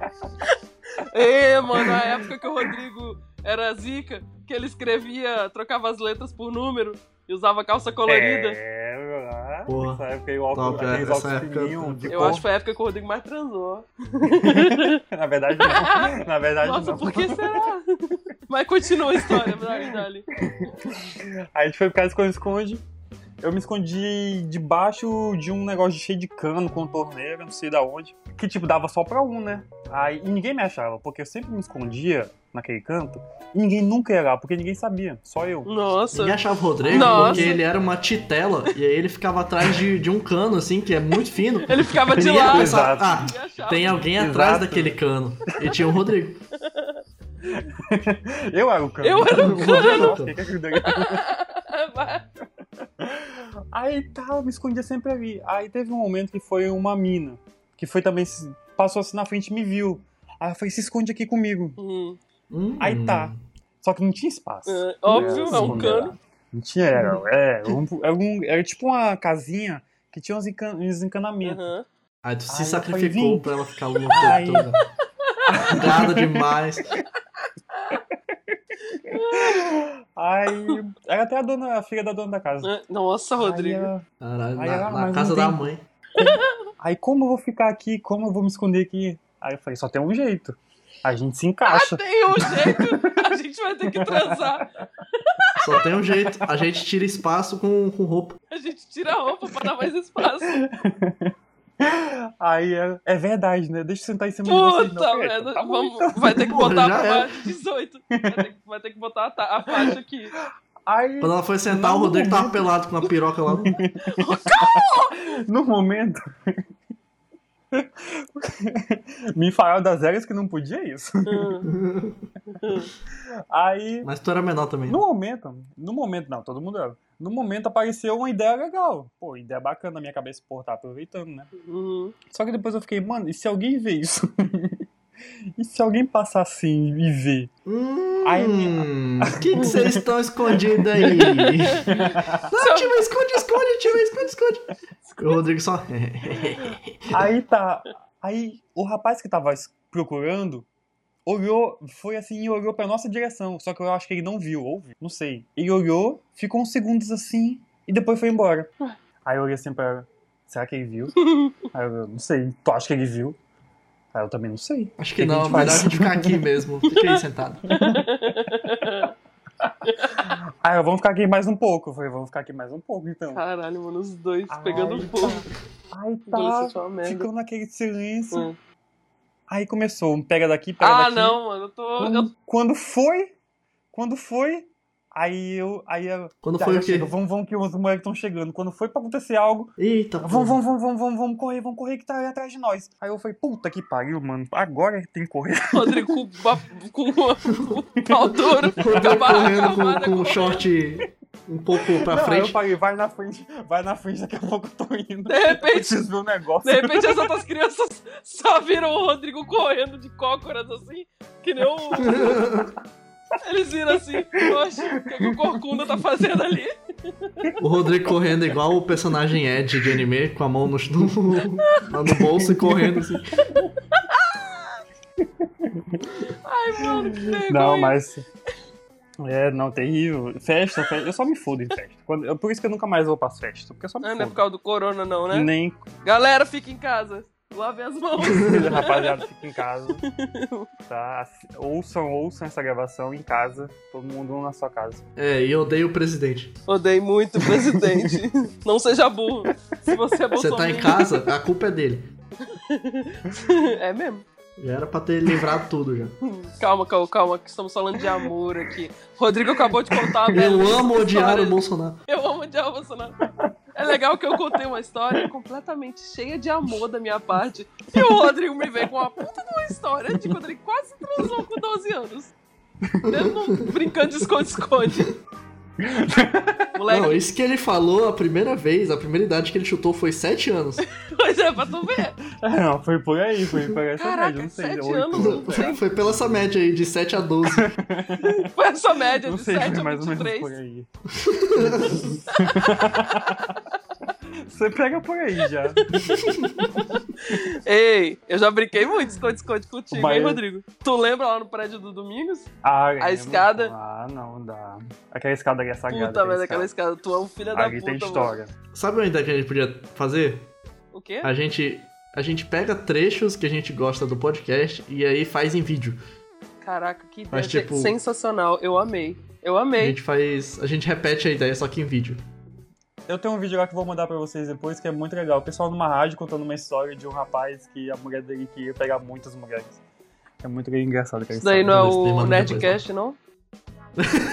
[SPEAKER 2] Ê, mano, a época que o Rodrigo era zica, que ele escrevia, trocava as letras por número e usava calça colorida.
[SPEAKER 3] É, lá.
[SPEAKER 1] Porra.
[SPEAKER 3] Essa época aí o álcool,
[SPEAKER 1] Top,
[SPEAKER 3] aqueles
[SPEAKER 1] é, essa
[SPEAKER 3] óculos
[SPEAKER 1] época-
[SPEAKER 3] fininhos de
[SPEAKER 2] Eu
[SPEAKER 3] cor.
[SPEAKER 2] acho que foi a época que o Rodrigo mais transou.
[SPEAKER 3] Na verdade, não. Na verdade,
[SPEAKER 2] Nossa,
[SPEAKER 3] não.
[SPEAKER 2] por que será? Mas continua a história, dali, dali.
[SPEAKER 3] Aí a gente foi ficar esconde-esconde. Eu me escondi debaixo de um negócio cheio de cano com torneira, não sei da onde. Que tipo, dava só pra um, né? Aí e ninguém me achava, porque eu sempre me escondia naquele canto e ninguém nunca ia lá, porque ninguém sabia, só eu.
[SPEAKER 2] Nossa.
[SPEAKER 1] Ninguém achava o Rodrigo
[SPEAKER 2] Nossa.
[SPEAKER 1] porque ele era uma titela e aí ele ficava atrás de, de um cano, assim, que é muito fino.
[SPEAKER 2] Ele ficava de
[SPEAKER 1] Ninguém
[SPEAKER 2] lado.
[SPEAKER 1] ia pensar,
[SPEAKER 3] Exato.
[SPEAKER 1] ah,
[SPEAKER 2] Ninguém achava.
[SPEAKER 1] tem alguém atrás
[SPEAKER 3] Exato.
[SPEAKER 1] daquele cano. E tinha o Rodrigo.
[SPEAKER 3] Eu era o cano.
[SPEAKER 2] Eu era o
[SPEAKER 1] cano.
[SPEAKER 3] Nossa, que que eu dei?
[SPEAKER 2] Vai.
[SPEAKER 3] Aí tá, eu me escondia sempre ali. Aí teve um momento que foi uma mina, que foi também, se- passou assim na frente e me viu. Aí eu falei, se esconde aqui comigo.
[SPEAKER 2] Hum,
[SPEAKER 1] Hum.
[SPEAKER 3] Aí tá. Só que não tinha espaço.
[SPEAKER 2] é, óbvio,
[SPEAKER 3] Era
[SPEAKER 2] é
[SPEAKER 3] assim,
[SPEAKER 2] um cano.
[SPEAKER 3] Não tinha, era, é, um- era, um- era tipo uma casinha que tinha uns, encan- uns
[SPEAKER 1] É.
[SPEAKER 3] encanamentos.
[SPEAKER 2] Aham.
[SPEAKER 1] Aí tu se
[SPEAKER 3] Aí eu falei,
[SPEAKER 1] sacrificou
[SPEAKER 3] "Vim".
[SPEAKER 1] pra ela ficar louca
[SPEAKER 3] Aí.
[SPEAKER 1] toda. Nada demais.
[SPEAKER 3] Aí era até a dona, a filha da dona da casa.
[SPEAKER 2] É, Nossa,
[SPEAKER 3] Aí,
[SPEAKER 2] Rodrigo.
[SPEAKER 3] ela-
[SPEAKER 1] Caralho, na,
[SPEAKER 3] Aí ela,
[SPEAKER 1] na
[SPEAKER 3] mas não
[SPEAKER 1] casa
[SPEAKER 3] tem-
[SPEAKER 1] da mãe.
[SPEAKER 3] aí como eu vou ficar aqui? Como eu vou me esconder aqui? Aí eu falei, só tem um jeito. A gente se encaixa.
[SPEAKER 2] Tem um jeito, a gente vai ter que transar.
[SPEAKER 1] Só tem um jeito. A gente tira espaço com, com roupa.
[SPEAKER 2] A gente tira a roupa pra dar mais espaço.
[SPEAKER 3] Aí ela, é verdade, né? Deixa eu sentar em cima de vocês. não. Eu
[SPEAKER 2] Puta
[SPEAKER 3] falei,
[SPEAKER 2] merda.
[SPEAKER 3] tá bom,
[SPEAKER 2] Vamos-
[SPEAKER 3] então.
[SPEAKER 2] Vai ter que
[SPEAKER 1] Porra,
[SPEAKER 2] botar
[SPEAKER 1] já
[SPEAKER 2] a
[SPEAKER 1] era.
[SPEAKER 2] faixa 18. Vai ter, que- vai ter que botar a, ta- a faixa aqui.
[SPEAKER 3] Aí,
[SPEAKER 1] Quando ela foi sentar,
[SPEAKER 3] Não,
[SPEAKER 1] o Rodrigo
[SPEAKER 3] não.
[SPEAKER 1] tava pelado com uma piroca lá.
[SPEAKER 3] no momento. me falaram das regras que não podia isso.
[SPEAKER 2] Hum.
[SPEAKER 3] Aí,
[SPEAKER 1] Mas tu era menor também. né?
[SPEAKER 3] no momento, no momento, não, todo mundo era. No momento apareceu uma ideia legal. Pô, ideia bacana na minha cabeça, pô, tá aproveitando, né?
[SPEAKER 2] Hum.
[SPEAKER 3] Só que depois eu fiquei, mano, e se alguém vê isso? e se alguém passar assim e ver?
[SPEAKER 1] Hum,
[SPEAKER 3] Aí,
[SPEAKER 1] o que que vocês estão escondidos aí? Não, tio, esconde, esconde, tio, esconde, esconde. O Rodrigo só...
[SPEAKER 3] Aí tá. Aí o rapaz que tava es- procurando olhou, foi assim e olhou pra nossa direção. Só que eu acho que ele não viu, ouve? Não sei. Ele olhou, ficou uns segundos assim e depois foi embora. Aí eu olhei assim pra ela: será que ele viu? Aí eu não sei. Tu acha que ele viu? Aí eu também não sei.
[SPEAKER 1] Acho
[SPEAKER 3] que
[SPEAKER 1] que não,
[SPEAKER 3] a gente
[SPEAKER 1] melhor a
[SPEAKER 3] faz?
[SPEAKER 1] gente ficar aqui mesmo. Fica aí sentado.
[SPEAKER 3] Aí eu, vamos ficar aqui mais um pouco. Eu falei: vamos ficar aqui mais um pouco então.
[SPEAKER 2] Caralho, mano, os dois pegando um
[SPEAKER 3] Ai,
[SPEAKER 2] fogo.
[SPEAKER 3] tá. Aí
[SPEAKER 2] Tá.
[SPEAKER 3] tá. Ficou naquele silêncio.
[SPEAKER 2] Hum.
[SPEAKER 3] Aí começou um pega daqui, pega
[SPEAKER 2] Ah,
[SPEAKER 3] daqui.
[SPEAKER 2] não, mano, eu tô. eu-
[SPEAKER 3] Quando, quando foi? Quando foi? Aí eu. Aí eu
[SPEAKER 1] Quando
[SPEAKER 3] aí
[SPEAKER 1] foi
[SPEAKER 3] Tá, eu
[SPEAKER 1] o quê?
[SPEAKER 3] chego, Vamos, vamos, que os moleques estão chegando. Quando foi pra acontecer algo,
[SPEAKER 1] Eita,
[SPEAKER 3] vamos, vamos, vamos, vamos, vamos, vamos correr, vamos correr que tá aí atrás de nós. Aí eu falei, puta que pariu, mano. Agora tem que correr.
[SPEAKER 2] Rodrigo com, ba- com, com o pau duro,
[SPEAKER 1] Rodrigo tá
[SPEAKER 2] com a barra
[SPEAKER 1] correndo
[SPEAKER 2] acabada,
[SPEAKER 1] com, com
[SPEAKER 2] com
[SPEAKER 1] o short um pouco pra
[SPEAKER 3] Não, aí eu
[SPEAKER 1] frente.
[SPEAKER 3] falei, vai na frente, vai na frente, daqui a pouco eu tô indo.
[SPEAKER 2] De repente-
[SPEAKER 3] Preciso ver um negócio.
[SPEAKER 2] De repente as outras crianças só viram o Rodrigo correndo de cócoras assim, que nem o. Eles viram assim, poxa, o que, que o Corcunda tá fazendo ali?
[SPEAKER 1] O Rodrigo correndo igual o personagem Ed de anime, com a mão no, no, lá no bolso e correndo assim.
[SPEAKER 2] Ai, mano, que vergonha.
[SPEAKER 3] Não, mas. É, não, terrível. Festa, festa. Eu só me fodo em festa. Quando- eu- por isso que eu nunca mais vou pras festas. Porque eu só me
[SPEAKER 2] Ah, não é por
[SPEAKER 3] fodo.
[SPEAKER 2] causa do corona, não, né?
[SPEAKER 3] Nem
[SPEAKER 2] Galera, fica em casa. Lave as mãos.
[SPEAKER 3] Rapaziada, fica em casa. Tá? Ouçam, ouçam essa gravação em casa. Todo mundo na sua casa.
[SPEAKER 1] É, e eu odeio o presidente.
[SPEAKER 2] Odeio muito, presidente. Não seja burro. Se você é
[SPEAKER 1] Você tá
[SPEAKER 2] bolsominion.
[SPEAKER 1] em casa, a culpa é dele.
[SPEAKER 2] É mesmo.
[SPEAKER 1] Já era pra ter livrado tudo já.
[SPEAKER 2] Calma, calma, calma, que estamos falando de amor aqui. Rodrigo acabou de contar uma
[SPEAKER 1] Eu
[SPEAKER 2] belíssima
[SPEAKER 1] amo odiar
[SPEAKER 2] história.
[SPEAKER 1] o Bolsonaro.
[SPEAKER 2] Eu amo odiar o Bolsonaro. É legal que eu contei uma história completamente cheia de amor da minha parte. E o Rodrigo me veio com uma puta de uma história de quando ele quase transou com 12 anos. Dentro do- brincando de esconde-esconde. Moleque,
[SPEAKER 1] Não, isso que ele falou a primeira vez, a primeira idade que ele chutou foi 7 anos.
[SPEAKER 2] pois é, pra tu ver.
[SPEAKER 3] Não, foi por aí, foi por essa
[SPEAKER 2] Caraca,
[SPEAKER 3] média. Não sei,
[SPEAKER 2] sete
[SPEAKER 3] oito,
[SPEAKER 2] anos,
[SPEAKER 3] não sei.
[SPEAKER 1] Foi pela essa média aí, de 7 a 12.
[SPEAKER 2] Foi essa média
[SPEAKER 3] Não
[SPEAKER 2] de
[SPEAKER 3] sei,
[SPEAKER 2] 7
[SPEAKER 3] foi
[SPEAKER 2] a
[SPEAKER 3] mais ou menos
[SPEAKER 2] 23.
[SPEAKER 3] por aí. Você pega por aí já.
[SPEAKER 2] Ei, eu já brinquei muito de esconde-esconde contigo,
[SPEAKER 3] Mas- é
[SPEAKER 2] hein, Rodrigo? Tu lembra lá no prédio do Domingos?
[SPEAKER 3] Ah, é, não-
[SPEAKER 2] escada.
[SPEAKER 3] Ah, não, dá. Aquela escada ali é sagrada.
[SPEAKER 2] Puta merda, aquela escada. Tu é um filho da
[SPEAKER 3] Ali
[SPEAKER 2] puta,
[SPEAKER 3] tem
[SPEAKER 2] mano.
[SPEAKER 3] história.
[SPEAKER 1] Sabe uma ideia que a gente podia fazer?
[SPEAKER 2] O quê?
[SPEAKER 1] A gente, a gente pega trechos que a gente gosta do podcast e aí faz em vídeo.
[SPEAKER 2] Caraca, que ideia
[SPEAKER 1] Mas, tipo-
[SPEAKER 2] sensacional. Eu amei. Eu
[SPEAKER 1] A
[SPEAKER 2] amei.
[SPEAKER 1] gente faz. A gente repete a ideia só que em vídeo.
[SPEAKER 3] Eu tenho um vídeo lá que eu vou mandar pra vocês depois, que é muito legal. O pessoal numa rádio contando uma história de um rapaz que a mulher dele queria pegar muitas mulheres. É muito engraçado aquela
[SPEAKER 2] Isso daí
[SPEAKER 3] história.
[SPEAKER 2] não é
[SPEAKER 1] Esse daí
[SPEAKER 2] o
[SPEAKER 1] manda
[SPEAKER 2] Nerdcast, não?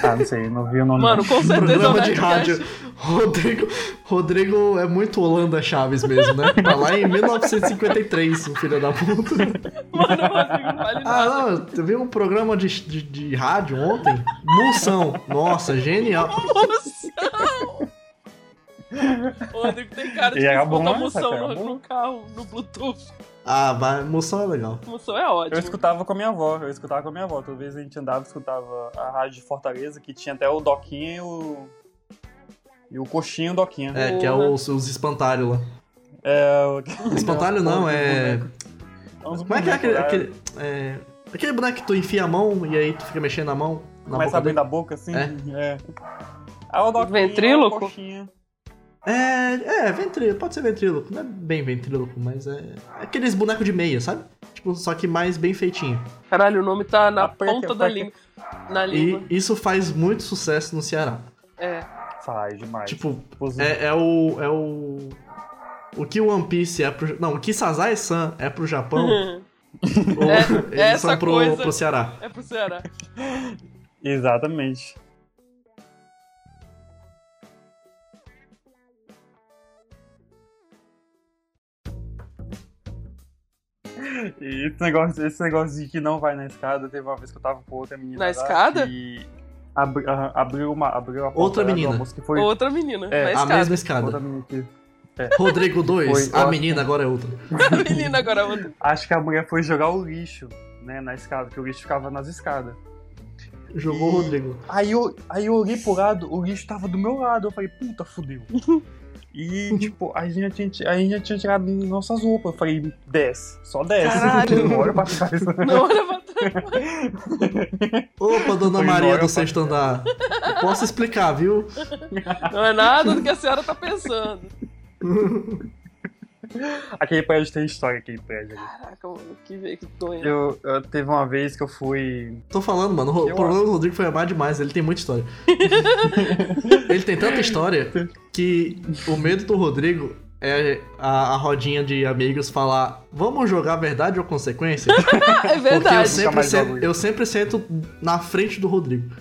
[SPEAKER 3] Ah, não sei, não vi o nome.
[SPEAKER 2] Mano, com certeza é
[SPEAKER 1] né?
[SPEAKER 2] o
[SPEAKER 1] Programa de
[SPEAKER 2] Nerdcast.
[SPEAKER 1] rádio. Rodrigo, Rodrigo é muito Holanda Chaves mesmo, né? Tá lá em 1953, o filho da puta.
[SPEAKER 2] Mano, o Rodrigo não vale
[SPEAKER 1] Ah,
[SPEAKER 2] nada.
[SPEAKER 1] não, eu vi um programa de, de, de rádio ontem? Moção. Nossa, genial.
[SPEAKER 2] Moção! O Rodrigo tem cara de
[SPEAKER 3] E era
[SPEAKER 2] que
[SPEAKER 3] bom né?
[SPEAKER 2] escuta
[SPEAKER 3] essa,
[SPEAKER 2] moção
[SPEAKER 3] cara,
[SPEAKER 2] no,
[SPEAKER 3] é bom.
[SPEAKER 2] no carro, no Bluetooth.
[SPEAKER 1] Ah, vai, moção é legal.
[SPEAKER 2] Moção é
[SPEAKER 3] Eu
[SPEAKER 2] ótimo.
[SPEAKER 3] escutava com a minha avó, eu escutava com a minha avó. Toda vez a gente andava, escutava a rádio de Fortaleza, que tinha até o Doquinha e o. E o Coxinha e o Doquinha.
[SPEAKER 1] É, que é os, os espantalhos lá.
[SPEAKER 3] É, o-
[SPEAKER 1] Espantalho não, é.
[SPEAKER 3] uns né?
[SPEAKER 1] Como é que é aquele.
[SPEAKER 3] bonecos lá,
[SPEAKER 1] Aquele, é, aquele boneco que tu enfia a mão e aí tu fica mexendo a mão na
[SPEAKER 3] Começa
[SPEAKER 1] boca
[SPEAKER 3] abrindo
[SPEAKER 1] dele?
[SPEAKER 3] a boca assim. É. Ah, o Doquinha.
[SPEAKER 2] Ventríloco?
[SPEAKER 3] o Coxinha.
[SPEAKER 1] É, é, ventríloco, pode ser ventríloco. Não é bem ventríloco, mas é. é Aqueles bonecos de meia, sabe? Tipo, só que mais bem feitinho.
[SPEAKER 2] Caralho, o nome tá na
[SPEAKER 3] Aperta,
[SPEAKER 2] ponta da
[SPEAKER 3] aperta.
[SPEAKER 2] língua. Na língua.
[SPEAKER 1] E isso faz muito sucesso no Ceará.
[SPEAKER 2] É.
[SPEAKER 3] Faz demais.
[SPEAKER 1] Tipo,
[SPEAKER 3] Os-
[SPEAKER 1] é, é o. É o. O que o One Piece é pro. Não, o que Sazae-san é pro Japão, ou
[SPEAKER 2] É,
[SPEAKER 1] eles
[SPEAKER 2] essa
[SPEAKER 1] são pro,
[SPEAKER 2] coisa.
[SPEAKER 1] pro Ceará.
[SPEAKER 2] É pro Ceará.
[SPEAKER 3] Exatamente. E esse negócio, esse negócio de que não vai na escada, teve uma vez que eu tava com outra menina.
[SPEAKER 2] Na
[SPEAKER 3] lá
[SPEAKER 2] escada?
[SPEAKER 3] que abri- aham, abriu uma. Abriu a porta
[SPEAKER 1] Outra
[SPEAKER 3] lá do
[SPEAKER 1] menina.
[SPEAKER 3] almoço, que foi
[SPEAKER 2] Outra menina.
[SPEAKER 3] É,
[SPEAKER 2] na
[SPEAKER 3] a
[SPEAKER 1] A
[SPEAKER 2] escada.
[SPEAKER 1] mesma
[SPEAKER 3] outra
[SPEAKER 1] escada.
[SPEAKER 3] menina que-
[SPEAKER 1] Rodrigo
[SPEAKER 3] Foi
[SPEAKER 1] 2, a
[SPEAKER 3] ótimo.
[SPEAKER 1] menina agora é outra.
[SPEAKER 2] A menina agora outra.
[SPEAKER 3] Acho que a mulher foi jogar o lixo, né, na escada, que o lixo ficava nas escadas.
[SPEAKER 1] Jogou o Rodrigo.
[SPEAKER 3] Aí eu, aí eu olhei pro lado, o lixo tava do meu lado. Eu falei, puta, fudeu. E, tipo, a gente, já tinha- a gente já tinha tirado nossas roupas. Eu falei, desce, só desce.
[SPEAKER 2] Caralho.
[SPEAKER 3] Não olha pra trás.
[SPEAKER 2] Não olha pra trás.
[SPEAKER 1] Opa, dona
[SPEAKER 3] Foi
[SPEAKER 1] Maria
[SPEAKER 3] embora,
[SPEAKER 1] do sexto andar. Eu Posso explicar, viu?
[SPEAKER 2] Não é nada do que a senhora tá pensando.
[SPEAKER 3] Aquele prédio tem história, aquele prédio. ali.
[SPEAKER 2] Caraca, mano, que, que doido.
[SPEAKER 3] Eu, eu- teve uma vez que eu fui.
[SPEAKER 1] Tô falando, mano. O
[SPEAKER 3] Eu
[SPEAKER 1] problema do Rodrigo foi amar demais. Ele tem muita história. ele tem tanta história que o medo do Rodrigo é a, a rodinha de amigos falar: vamos jogar verdade ou consequência?
[SPEAKER 2] Ah, é
[SPEAKER 1] Porque eu
[SPEAKER 2] verdade.
[SPEAKER 3] Nunca
[SPEAKER 1] sempre,
[SPEAKER 3] mais
[SPEAKER 1] sen-
[SPEAKER 3] jogo isso.
[SPEAKER 1] eu sempre sento na frente do Rodrigo.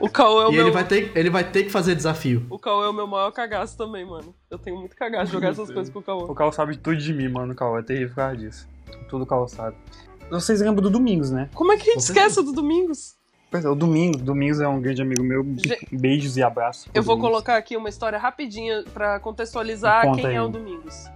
[SPEAKER 2] O Cauê é o
[SPEAKER 1] e
[SPEAKER 2] meu.
[SPEAKER 1] ele vai, ter, ele vai ter que fazer desafio.
[SPEAKER 2] O Cauê é o meu maior cagaço também, mano. Eu tenho muito cagaço de jogar essas coisas com o Cauê.
[SPEAKER 3] O Carl sabe tudo de mim, mano. O Carl é terrível por causa disso. Tudo o Carl sabe. Vocês lembram do Domingos, né?
[SPEAKER 2] Como é que a gente
[SPEAKER 1] Com
[SPEAKER 2] esquece do Domingos?
[SPEAKER 3] Pois é, o Domingos. Domingos é um grande amigo meu. Beijos e abraços. pro
[SPEAKER 2] Eu vou
[SPEAKER 3] Domingos.
[SPEAKER 2] colocar aqui uma história rapidinha pra contextualizar
[SPEAKER 3] Conta
[SPEAKER 2] quem
[SPEAKER 3] aí.
[SPEAKER 2] é o Domingos.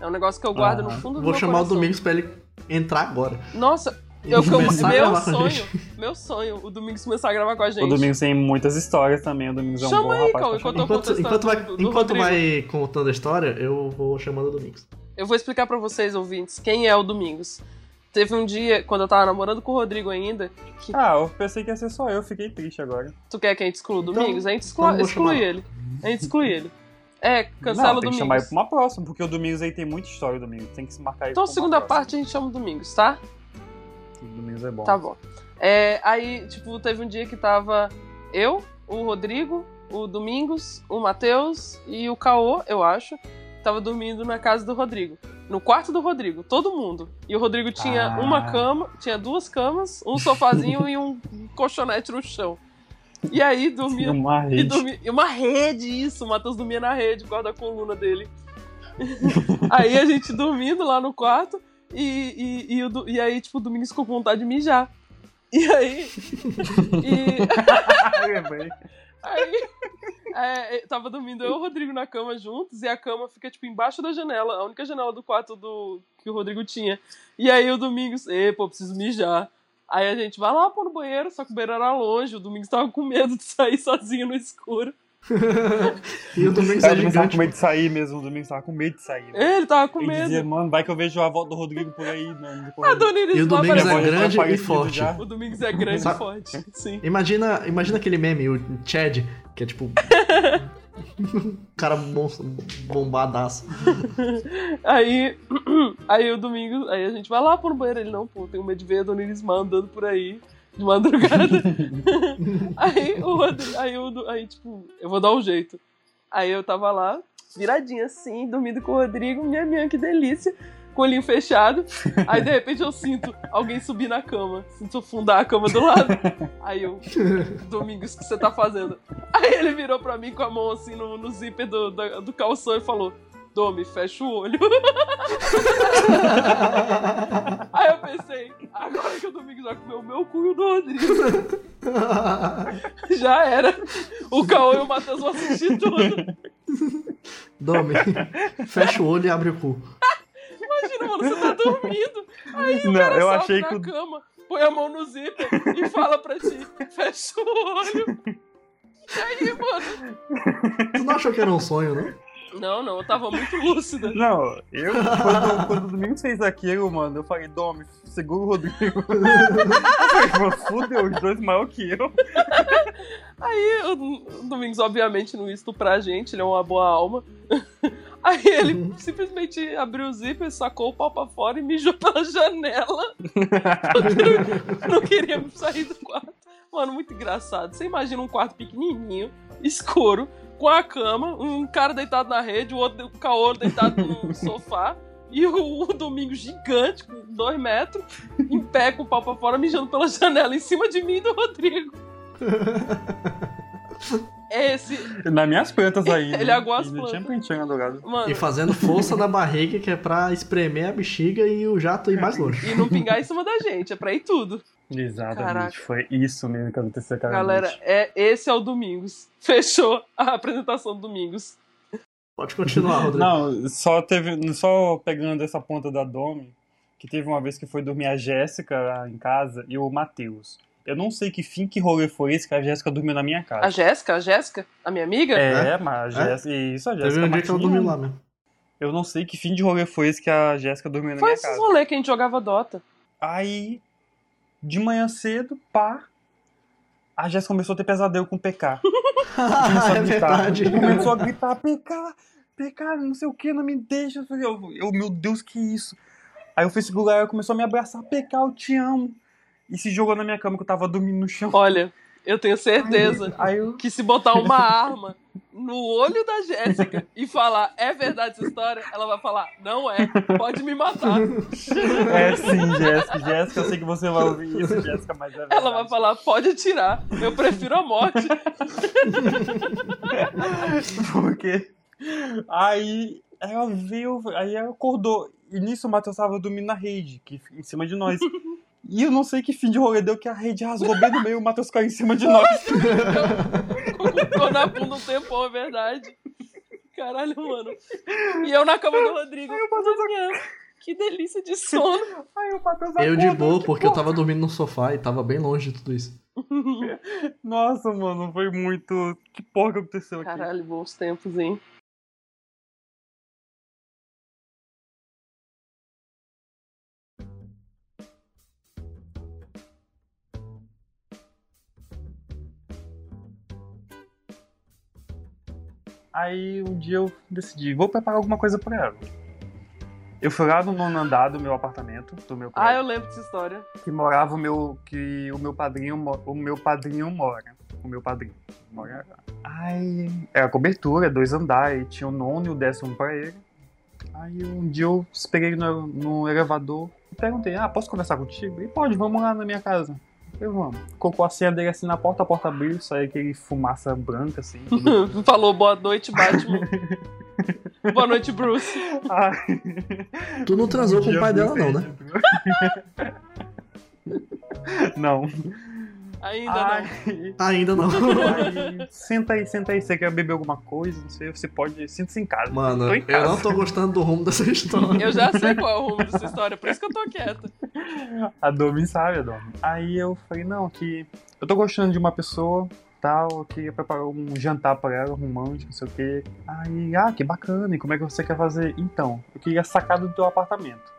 [SPEAKER 2] É um negócio que eu guardo no
[SPEAKER 3] Aham.
[SPEAKER 2] fundo do
[SPEAKER 1] Ah, Vou
[SPEAKER 2] meu
[SPEAKER 1] chamar o
[SPEAKER 2] coração.
[SPEAKER 1] Domingos pra ele entrar agora.
[SPEAKER 2] Nossa, eu, É que eu-
[SPEAKER 1] Começar a
[SPEAKER 2] meu
[SPEAKER 1] gravar com a
[SPEAKER 2] sonho, meu sonho, o Domingos começar a gravar com a gente.
[SPEAKER 3] O Domingos tem muitas histórias também. O Domingos é um
[SPEAKER 2] Chama
[SPEAKER 3] bom
[SPEAKER 2] aí,
[SPEAKER 3] rapaz.
[SPEAKER 2] Cauê,
[SPEAKER 3] pra
[SPEAKER 2] enquanto
[SPEAKER 3] chamar.
[SPEAKER 2] eu conto a
[SPEAKER 1] Enquanto,
[SPEAKER 2] história
[SPEAKER 1] enquanto, vai,
[SPEAKER 2] do- do
[SPEAKER 1] enquanto
[SPEAKER 2] Rodrigo.
[SPEAKER 1] vai contando a história, eu vou chamando o Domingos.
[SPEAKER 2] Eu vou explicar pra vocês, ouvintes, quem é o Domingos. Teve um dia, quando eu tava namorando com o Rodrigo ainda, que
[SPEAKER 3] Ah, eu pensei que ia ser só eu, fiquei triste agora.
[SPEAKER 2] tu quer que a gente exclua o
[SPEAKER 1] Então-
[SPEAKER 2] Domingos? A gente
[SPEAKER 1] então
[SPEAKER 2] exclui,
[SPEAKER 1] eu vou
[SPEAKER 2] exclui
[SPEAKER 1] chamar.
[SPEAKER 2] ele. A gente exclui ele. É, cancela
[SPEAKER 3] Não,
[SPEAKER 2] o
[SPEAKER 3] tem que chamar ele
[SPEAKER 2] Domingos.
[SPEAKER 3] pra uma próxima, porque o Domingos aí tem muita história, o Domingos. Tem que se marcar ele
[SPEAKER 2] Então,
[SPEAKER 3] pra uma
[SPEAKER 2] segunda
[SPEAKER 3] próxima.
[SPEAKER 2] parte, a gente chama o Domingos, tá?
[SPEAKER 3] O Domingos é bom.
[SPEAKER 2] Tá bom. É, aí, tipo, teve um dia que tava eu, o Rodrigo, o Domingos, o Matheus e o Caô, eu acho. Tava dormindo na casa do Rodrigo. No quarto do Rodrigo, todo mundo. E o Rodrigo tinha
[SPEAKER 3] Ah.
[SPEAKER 2] uma cama, tinha duas camas, um sofazinho e um colchonete no chão. E aí
[SPEAKER 3] E
[SPEAKER 2] dormia
[SPEAKER 3] uma
[SPEAKER 2] e,
[SPEAKER 3] rede.
[SPEAKER 2] dormi... e uma rede, isso. O Matheus dormia na rede, guarda a coluna dele. aí a gente dormindo lá no quarto. E, e, e, o Du- e aí, tipo, o Domingos ficou com vontade de mijar. E aí. e
[SPEAKER 3] Ah, lembrei.
[SPEAKER 2] aí. é, eu tava dormindo eu e o Rodrigo na cama juntos. E a cama fica, tipo, embaixo da janela a única janela do quarto do, que o Rodrigo tinha. E aí o Domingos. Ê, pô, preciso mijar. Aí a gente vai lá pô, no banheiro, só que o banheiro era longe. O Domingos tava com medo de sair sozinho no escuro.
[SPEAKER 1] E o Domingos
[SPEAKER 3] Ah,
[SPEAKER 1] é
[SPEAKER 3] O Domingos tava
[SPEAKER 1] gigante.
[SPEAKER 3] com medo de sair mesmo, o Domingos tava com medo de sair.
[SPEAKER 2] Ele tava com
[SPEAKER 3] Ele
[SPEAKER 2] medo. Ah,
[SPEAKER 3] dizia, mano, vai que eu vejo a volta do Rodrigo por aí, mano.
[SPEAKER 2] A dona Iris
[SPEAKER 1] E o
[SPEAKER 2] lá
[SPEAKER 1] Domingos
[SPEAKER 2] apareceu.
[SPEAKER 1] é grande e
[SPEAKER 3] Aparecido
[SPEAKER 1] forte.
[SPEAKER 3] já.
[SPEAKER 2] O Domingos é grande e
[SPEAKER 1] Sabe-
[SPEAKER 2] forte. Sim.
[SPEAKER 1] Imagina, imagina aquele meme, o Chad, que é tipo. um cara bom- bombadaço.
[SPEAKER 2] Aí, aí o Domingos, aí a gente vai lá pro banheiro. Ele, não, pô, tenho medo de ver a dona Irismar andando por aí. De madrugada. aí, o, Rodrigo- aí, o, do- aí, tipo, eu vou dar um jeito. Aí eu tava lá, viradinha assim, dormindo com o Rodrigo, minha minha, que delícia, com o olhinho fechado. Aí de repente eu sinto alguém subir na cama, sinto fundar a cama do lado. Aí eu, Domingos, o que você tá fazendo? Aí ele virou pra mim com a mão assim no, no zíper do, do, do calção e falou: Domi, fecha o olho. Aí eu pensei, agora que o Domingos vai comer o meu cu e o do Rodrigo, já era. O Caô e o Matheus vão assistir tudo.
[SPEAKER 1] Dome, fecha o olho e abre o cu.
[SPEAKER 2] Imagina, mano, você tá dormindo. Aí o
[SPEAKER 3] Não,
[SPEAKER 2] cara
[SPEAKER 3] eu
[SPEAKER 2] salta
[SPEAKER 3] achei
[SPEAKER 2] na
[SPEAKER 3] que o-
[SPEAKER 2] cama, põe a mão no zíper e fala pra ti, fecha o olho. E aí, mano?
[SPEAKER 1] Tu não achou que era um sonho, não?
[SPEAKER 2] Não, não, eu tava muito lúcida.
[SPEAKER 3] Não, eu, quando, quando o Domingos fez aquilo, mano, eu falei, Domi, segura o Rodrigo. Eu falei, mano, fudeu, os dois maior que eu.
[SPEAKER 2] Aí o o Domingos, obviamente, não ia estuprar a gente, ele é uma boa alma. Aí ele simplesmente abriu o zíper, sacou o pau pra fora e mijou pela janela. Porque não, não queria sair do quarto. Mano, muito engraçado. Você imagina um quarto pequenininho, escuro, com a cama, um cara deitado na rede, o outro, o caô deitado no sofá. E o, o Domingos gigante, com dois metros, em pé com o pau pra fora, mijando pela janela, em cima de mim e do Rodrigo. Esse,
[SPEAKER 3] Nas minhas plantas aí.
[SPEAKER 2] Ele
[SPEAKER 3] né?
[SPEAKER 2] aguou as
[SPEAKER 3] E
[SPEAKER 2] plantas.
[SPEAKER 3] Tinha plantinha adorado.
[SPEAKER 2] mano,
[SPEAKER 1] E fazendo força na barriga, que é pra espremer a bexiga e o jato ir mais longe.
[SPEAKER 2] e não pingar em cima da gente, é pra ir tudo.
[SPEAKER 3] Exatamente,
[SPEAKER 2] Caraca.
[SPEAKER 3] foi isso mesmo que aconteceu, cara.
[SPEAKER 2] Galera, é, esse é o Domingos. Fechou a apresentação do Domingos.
[SPEAKER 1] Pode continuar, Rodrigo.
[SPEAKER 3] Não, só teve. Só pegando essa ponta da Domi, que teve uma vez que foi dormir a Jéssica lá em casa e o Matheus. Eu não sei que fim que rolê foi esse que a Jéssica dormiu na minha
[SPEAKER 2] A
[SPEAKER 3] casa.
[SPEAKER 2] Jéssica, a Jéssica, a minha amiga?
[SPEAKER 3] É, mas a
[SPEAKER 1] É?
[SPEAKER 3] Jéssica. Isso, a
[SPEAKER 1] Teve
[SPEAKER 3] Jéssica.
[SPEAKER 1] um dia que eu
[SPEAKER 3] Martins.
[SPEAKER 1] dormi lá mesmo.
[SPEAKER 3] Eu não sei que fim de rolê foi esse que a Jéssica dormiu na
[SPEAKER 2] Foi
[SPEAKER 3] minha
[SPEAKER 2] esses
[SPEAKER 3] casa.
[SPEAKER 2] rolê que a gente jogava Dota.
[SPEAKER 3] Aí, de manhã cedo, pá, a Jéssica começou a ter pesadelo com o PK. Começou a
[SPEAKER 1] é
[SPEAKER 3] gritar.
[SPEAKER 1] verdade.
[SPEAKER 3] Começou a gritar, PK, PK, não sei o que, não me deixa. Eu, falei, eu- eu, meu Deus, que isso? Aí eu fui segurar, ela começou a me abraçar, PK, eu te amo. E se jogou na minha cama que eu tava dormindo no chão.
[SPEAKER 2] Olha, eu tenho certeza
[SPEAKER 3] Aí eu,
[SPEAKER 2] que se botar uma arma no olho da Jéssica e falar é verdade essa história, ela vai falar não é, pode me matar.
[SPEAKER 3] é sim, Jéssica, Jéssica, eu sei que você vai ouvir isso, Jéssica, mas é verdade.
[SPEAKER 2] Ela vai falar pode atirar, eu prefiro a morte.
[SPEAKER 3] Porque. Aí ela veio, aí ela acordou. E nisso o Matheus tava dormindo na rede, que fica em cima de nós. E eu não sei que fim de rolê deu que a rede rasgou bem no meio e o Matheus caiu em cima de nós.
[SPEAKER 2] Ficou na bunda um tempão, é verdade. Caralho, mano. E eu na cama do Rodrigo. Manhã, Que delícia de sono.
[SPEAKER 3] Aí o Matheus
[SPEAKER 1] Eu de
[SPEAKER 3] acordou,
[SPEAKER 1] boa,
[SPEAKER 3] tipo,
[SPEAKER 1] porque eu tava dormindo no sofá e tava bem longe de tudo isso.
[SPEAKER 3] Nossa, mano, foi muito. Que porra que aconteceu aqui.
[SPEAKER 2] Caralho, bons tempos, hein?
[SPEAKER 3] Aí um dia eu decidi, vou preparar alguma coisa pra ela. Eu fui lá no nono andar do meu apartamento, do meu
[SPEAKER 2] Ah,
[SPEAKER 3] prédio,
[SPEAKER 2] eu lembro dessa história.
[SPEAKER 3] que morava o meu. que o meu padrinho, mo- o meu padrinho mora. O meu padrinho. Mora lá. Aí era cobertura, dois andares, tinha o nono e o décimo pra ele. Aí um dia eu esperei ele no, no elevador e perguntei, ah, posso conversar contigo? Ele pode, vamos lá na minha casa. Eu vamos. Colocou a senha dele assim na porta, a porta abriu, saiu aquele fumaça branca assim. tudo
[SPEAKER 2] Falou boa noite, Batman. boa noite, Bruce.
[SPEAKER 3] Ai,
[SPEAKER 1] Tu não transou com o pai dela, não, né?
[SPEAKER 3] Não.
[SPEAKER 2] Ainda não.
[SPEAKER 3] Ai,
[SPEAKER 1] Ainda não.
[SPEAKER 3] ai, senta aí, senta aí. Você quer beber alguma coisa? Não sei, você pode. Sinta-se em casa.
[SPEAKER 1] Mano,
[SPEAKER 3] Tô em
[SPEAKER 1] eu
[SPEAKER 3] casa.
[SPEAKER 1] não tô gostando do rumo dessa história.
[SPEAKER 2] Eu já sei qual é o rumo dessa história, por isso que eu tô quieta.
[SPEAKER 3] A Domi sabe, a Domi. Aí eu falei, não, que eu tô gostando de uma pessoa, tal, eu queria preparar um jantar pra ela, romântico, não sei o quê. Aí, ah, que bacana, e como é que você quer fazer? Então, eu queria sacar do teu apartamento.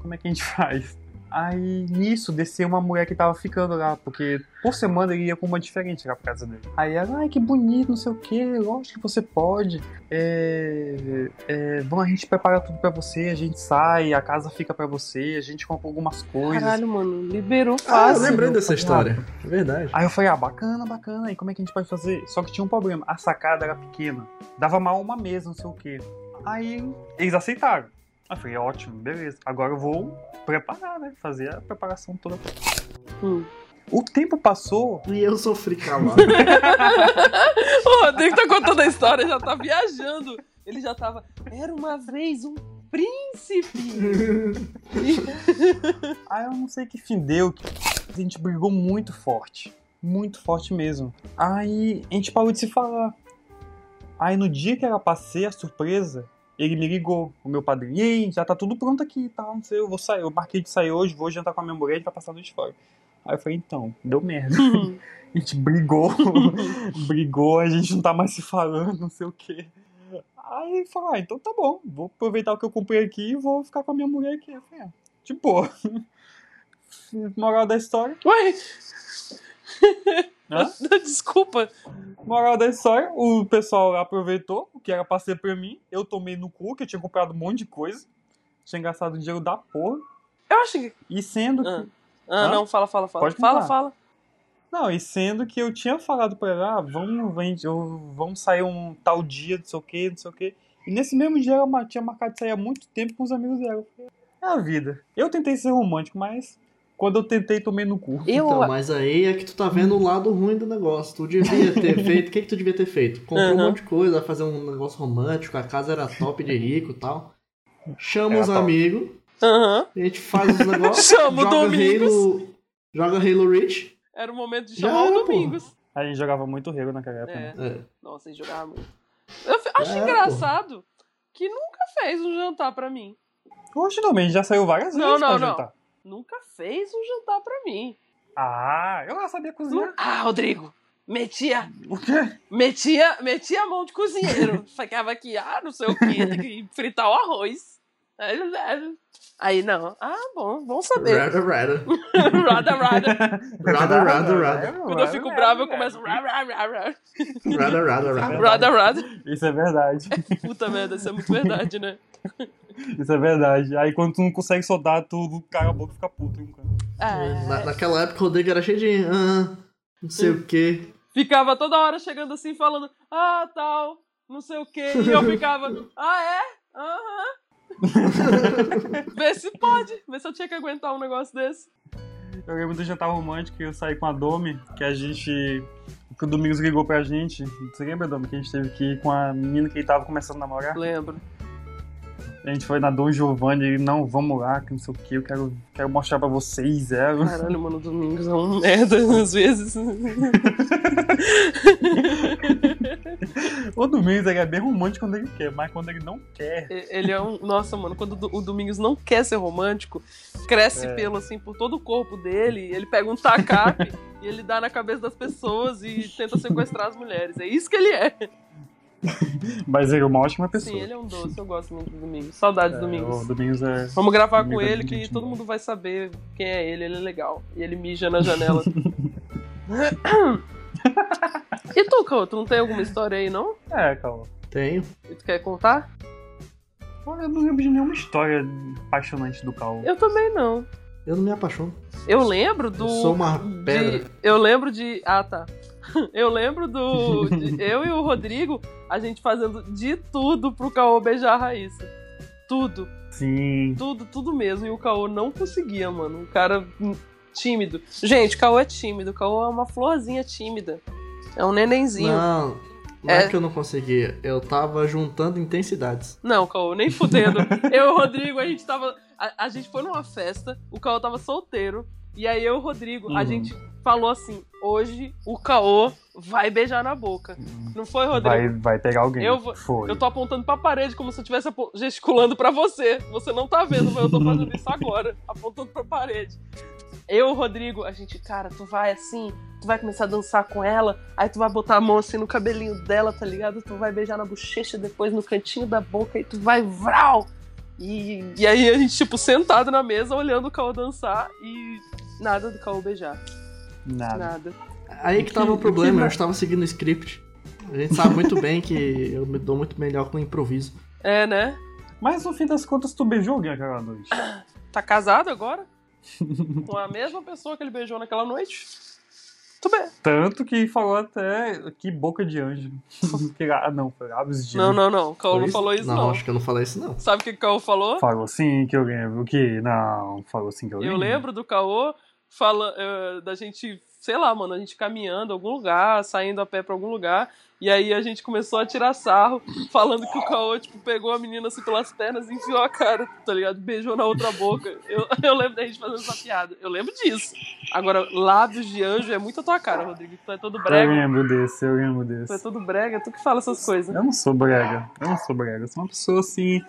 [SPEAKER 3] Como é que a gente faz? Aí nisso desceu uma mulher que tava ficando lá, porque por semana ele ia com uma diferente lá pra casa dele. Aí ela, ai que bonito, não sei o que, lógico que você pode. É, é, bom, a gente prepara tudo pra você, a gente sai, a casa fica pra você, a gente compra algumas coisas.
[SPEAKER 2] Caralho, mano, liberou
[SPEAKER 1] Ah, eu
[SPEAKER 2] fácil.
[SPEAKER 1] lembrei dessa história. É verdade.
[SPEAKER 3] Aí eu falei, ah, bacana, bacana, e como é que a gente pode fazer? Só que tinha um problema, a sacada era pequena, dava mal uma mesa, não sei o quê. Aí eles aceitaram. Aí eu falei, ótimo, beleza, agora eu vou preparar, né, fazer a preparação toda.
[SPEAKER 2] Hum.
[SPEAKER 3] O tempo passou,
[SPEAKER 1] E eu sofri calado.
[SPEAKER 2] O Rodrigo tá contando a história, já tá viajando. Ele já tava. Era uma vez um príncipe.
[SPEAKER 3] aí Ah, eu não sei que fim deu, que a gente brigou muito forte, muito forte mesmo. Aí a gente parou de se falar. Aí no dia que era pra ser a surpresa, ele me ligou, o meu padrinho, Ei, já tá tudo pronto aqui e tal, não sei, eu vou sair, eu marquei de sair hoje, vou jantar com a minha mulher, a gente vai passar a noite fora. Aí eu falei, então, deu merda. A gente brigou, brigou, a gente não tá mais se falando, não sei o quê. Aí falou, ah, então tá bom, vou aproveitar o que eu comprei aqui e vou ficar com a minha mulher aqui. Eu falei, ah, de boa. Moral da história,
[SPEAKER 2] Ué,
[SPEAKER 3] né?
[SPEAKER 2] desculpa.
[SPEAKER 3] Moral da história, o pessoal aproveitou o que era pra ser pra mim. Eu tomei no cu, que eu tinha comprado um monte de coisa. Tinha gastado dinheiro da porra.
[SPEAKER 2] Eu acho que.
[SPEAKER 3] E sendo que.
[SPEAKER 2] Ah, ah,
[SPEAKER 3] Hã?
[SPEAKER 2] não, fala, fala, fala.
[SPEAKER 3] Pode
[SPEAKER 2] fala,
[SPEAKER 3] continuar.
[SPEAKER 2] fala.
[SPEAKER 3] Não, e sendo que eu tinha falado pra ela, ah, vamos, vem- eu- vamos sair um tal dia, não sei o que, não sei o que. E nesse mesmo dia ela ma- tinha marcado de sair há muito tempo com os amigos dela. É a vida. Eu tentei ser romântico, mas quando eu tentei, tomei no cu.
[SPEAKER 2] Eu.
[SPEAKER 1] Então, mas aí é que tu tá vendo o lado ruim do negócio. Tu devia ter feito. O que, que tu devia ter feito? Comprou
[SPEAKER 2] Aham.
[SPEAKER 1] um monte de coisa, fazer um negócio romântico, a casa era top de rico e tal. Chama
[SPEAKER 3] Era
[SPEAKER 1] os
[SPEAKER 3] top.
[SPEAKER 1] amigos,
[SPEAKER 2] Aham.
[SPEAKER 1] a gente faz os negócios.
[SPEAKER 2] Chama o
[SPEAKER 1] joga
[SPEAKER 2] Domingos.
[SPEAKER 1] Halo, joga Halo Reach.
[SPEAKER 2] Era o momento de
[SPEAKER 1] Já
[SPEAKER 2] chamar
[SPEAKER 1] era,
[SPEAKER 2] o
[SPEAKER 1] pô.
[SPEAKER 2] Domingos.
[SPEAKER 3] A gente jogava muito rego naquela época. né?
[SPEAKER 2] É.
[SPEAKER 1] É.
[SPEAKER 2] Nossa, ele jogava muito. Eu fi- acho
[SPEAKER 1] É,
[SPEAKER 2] engraçado que nunca fez um jantar pra mim.
[SPEAKER 3] Hoje também, a gente já saiu várias
[SPEAKER 2] Não,
[SPEAKER 3] vezes
[SPEAKER 2] não,
[SPEAKER 3] pra
[SPEAKER 2] não.
[SPEAKER 3] jantar.
[SPEAKER 2] Nunca fez um jantar pra mim.
[SPEAKER 3] Ah, eu lá sabia cozinhar.
[SPEAKER 2] Nu- Ah, Rodrigo, metia,
[SPEAKER 3] O quê?
[SPEAKER 2] metia, metia a mão de cozinheiro. Ficava aqui, ah, não sei o quê, tem que fritar o arroz. Aí, Aí não. Ah, bom, bom saber.
[SPEAKER 1] Rada, rada.
[SPEAKER 2] Rada, rada.
[SPEAKER 1] Rada, rada,
[SPEAKER 3] É,
[SPEAKER 1] rada.
[SPEAKER 2] Quando eu fico bravo, eu começo. Rá, rá, rá, rá.
[SPEAKER 1] Rada, rada, rada.
[SPEAKER 2] Rada, rada.
[SPEAKER 3] Isso é verdade.
[SPEAKER 2] Puta merda, isso é muito verdade, né?
[SPEAKER 3] Isso é verdade. Aí quando tu não consegue soltar, tu caga a boca e fica um puto. hein, cara.
[SPEAKER 1] Na-
[SPEAKER 2] Ah,
[SPEAKER 1] naquela época o Rodrigo era cheio de. ah, não sei
[SPEAKER 2] Hum.
[SPEAKER 1] o quê.
[SPEAKER 2] ficava toda hora chegando assim, falando, ah, tal, não sei o quê. E eu ficava, ah, é? Aham. vê se pode, vê se eu tinha que aguentar um negócio desse.
[SPEAKER 3] Eu lembro do jantar romântico que eu saí com a Domi, que a gente. Que o Domingos ligou pra gente. Você lembra, Domi, que a gente teve que ir com a menina que ele tava começando a namorar?
[SPEAKER 2] Lembro.
[SPEAKER 3] A gente foi na Dom Giovanni e ele, não, vamos lá, que não sei o que, eu quero, quero mostrar pra vocês, ela.
[SPEAKER 2] Caralho, mano, Domingos é um merda às vezes.
[SPEAKER 3] O Domingos ele é bem romântico quando ele quer, mas quando ele não quer.
[SPEAKER 2] E- Ele é um. Nossa, mano, quando o Do- o Domingos não quer ser romântico, cresce
[SPEAKER 3] É.
[SPEAKER 2] pelo assim por todo o corpo dele, ele pega um tacape e ele dá na cabeça das pessoas e tenta sequestrar as mulheres. É isso que ele é.
[SPEAKER 3] Mas ele é uma ótima pessoa.
[SPEAKER 2] Sim, ele é um doce, eu gosto muito do Domingos. Saudades do
[SPEAKER 3] O
[SPEAKER 2] Domingos.
[SPEAKER 3] Domingos é.
[SPEAKER 2] Vamos gravar com
[SPEAKER 3] Domingo é
[SPEAKER 2] ele
[SPEAKER 3] muito
[SPEAKER 2] que
[SPEAKER 3] gente
[SPEAKER 2] todo
[SPEAKER 3] boa.
[SPEAKER 2] mundo vai saber quem é ele, ele é legal. E ele mija na janela. e tu, Cão, tu não tem alguma história aí, não?
[SPEAKER 3] É, calma.
[SPEAKER 1] Tenho.
[SPEAKER 2] E tu quer contar?
[SPEAKER 3] Eu não lembro de nenhuma história apaixonante do Cal.
[SPEAKER 2] Eu também não.
[SPEAKER 1] Eu não me apaixono.
[SPEAKER 2] Eu lembro do.
[SPEAKER 1] Eu sou uma
[SPEAKER 2] de-
[SPEAKER 1] pedra.
[SPEAKER 2] eu lembro de. Ah, tá. Eu lembro do. de- eu e o Rodrigo, a gente fazendo de tudo pro Caô beijar a Raíssa. Tudo,
[SPEAKER 3] Sim.
[SPEAKER 2] tudo, tudo mesmo. E o Caô não conseguia, mano. O cara hum, tímido. Gente, o Caô é tímido. O Caô é uma florzinha tímida. É um nenenzinho. Não,
[SPEAKER 1] Não, não é.
[SPEAKER 2] É.
[SPEAKER 1] que eu não conseguia. Eu tava juntando intensidades.
[SPEAKER 2] Caô, nem fudendo. eu e o Rodrigo, a gente tava. A, a gente foi numa festa, o Caô tava solteiro. E aí eu e o Rodrigo, a
[SPEAKER 3] Uhum.
[SPEAKER 2] gente falou assim: hoje o Caô vai beijar na boca. Não foi, Rodrigo?
[SPEAKER 3] Vai, vai pegar alguém.
[SPEAKER 2] Eu vou-
[SPEAKER 3] Foi.
[SPEAKER 2] Eu tô apontando pra parede como se eu estivesse apo- gesticulando pra você. Você não tá vendo, mas eu tô fazendo isso agora. Apontando pra parede. Eu, Rodrigo, a gente, cara, tu vai assim, tu vai começar a dançar com ela, aí tu vai botar a mão assim no cabelinho dela, tá ligado? Tu vai beijar na bochecha, depois no cantinho da boca, e tu vai vral! E, e aí a gente, tipo, sentado na mesa, olhando o Cal dançar e nada do Cal beijar.
[SPEAKER 3] Nada.
[SPEAKER 2] Nada.
[SPEAKER 1] Aí que tava o problema, eu estava seguindo o script. A gente sabe muito bem que eu me dou muito melhor com improviso.
[SPEAKER 2] É, né?
[SPEAKER 3] Mas no fim das contas, tu beijou alguém aquela noite.
[SPEAKER 2] Tá casado agora? Com a mesma pessoa que ele beijou naquela noite? Tudo bem.
[SPEAKER 3] Tanto que falou até que boca de anjo. Que- ah, não, foi lábios de
[SPEAKER 2] Não,
[SPEAKER 3] anjo.
[SPEAKER 2] não, Então não. O Cal
[SPEAKER 1] Foi
[SPEAKER 2] não falou isso,
[SPEAKER 1] não.
[SPEAKER 2] não.
[SPEAKER 1] acho que eu não falei isso, não.
[SPEAKER 2] Sabe o que o Cal falou?
[SPEAKER 3] Falou sim que eu lembro. Que não, falou sim que eu lembro.
[SPEAKER 2] Eu lembro do Caô fala, eh, da gente, sei lá, mano, a gente caminhando em algum lugar, saindo a pé pra algum lugar, e aí a gente começou a tirar sarro, falando que o Caô, tipo, pegou a menina assim pelas pernas e enfiou a cara, tá ligado? Beijou na outra boca. Eu, eu lembro da gente fazendo essa piada. Eu lembro disso. Agora, lábios de anjo é muito a tua cara, Rodrigo. Tu é todo
[SPEAKER 3] Eu
[SPEAKER 2] brega.
[SPEAKER 3] lembro desse, eu lembro
[SPEAKER 2] Tu é
[SPEAKER 3] desse.
[SPEAKER 2] todo brega, tu que fala essas coisas.
[SPEAKER 3] Eu não sou brega, eu não sou brega. Eu sou uma pessoa assim.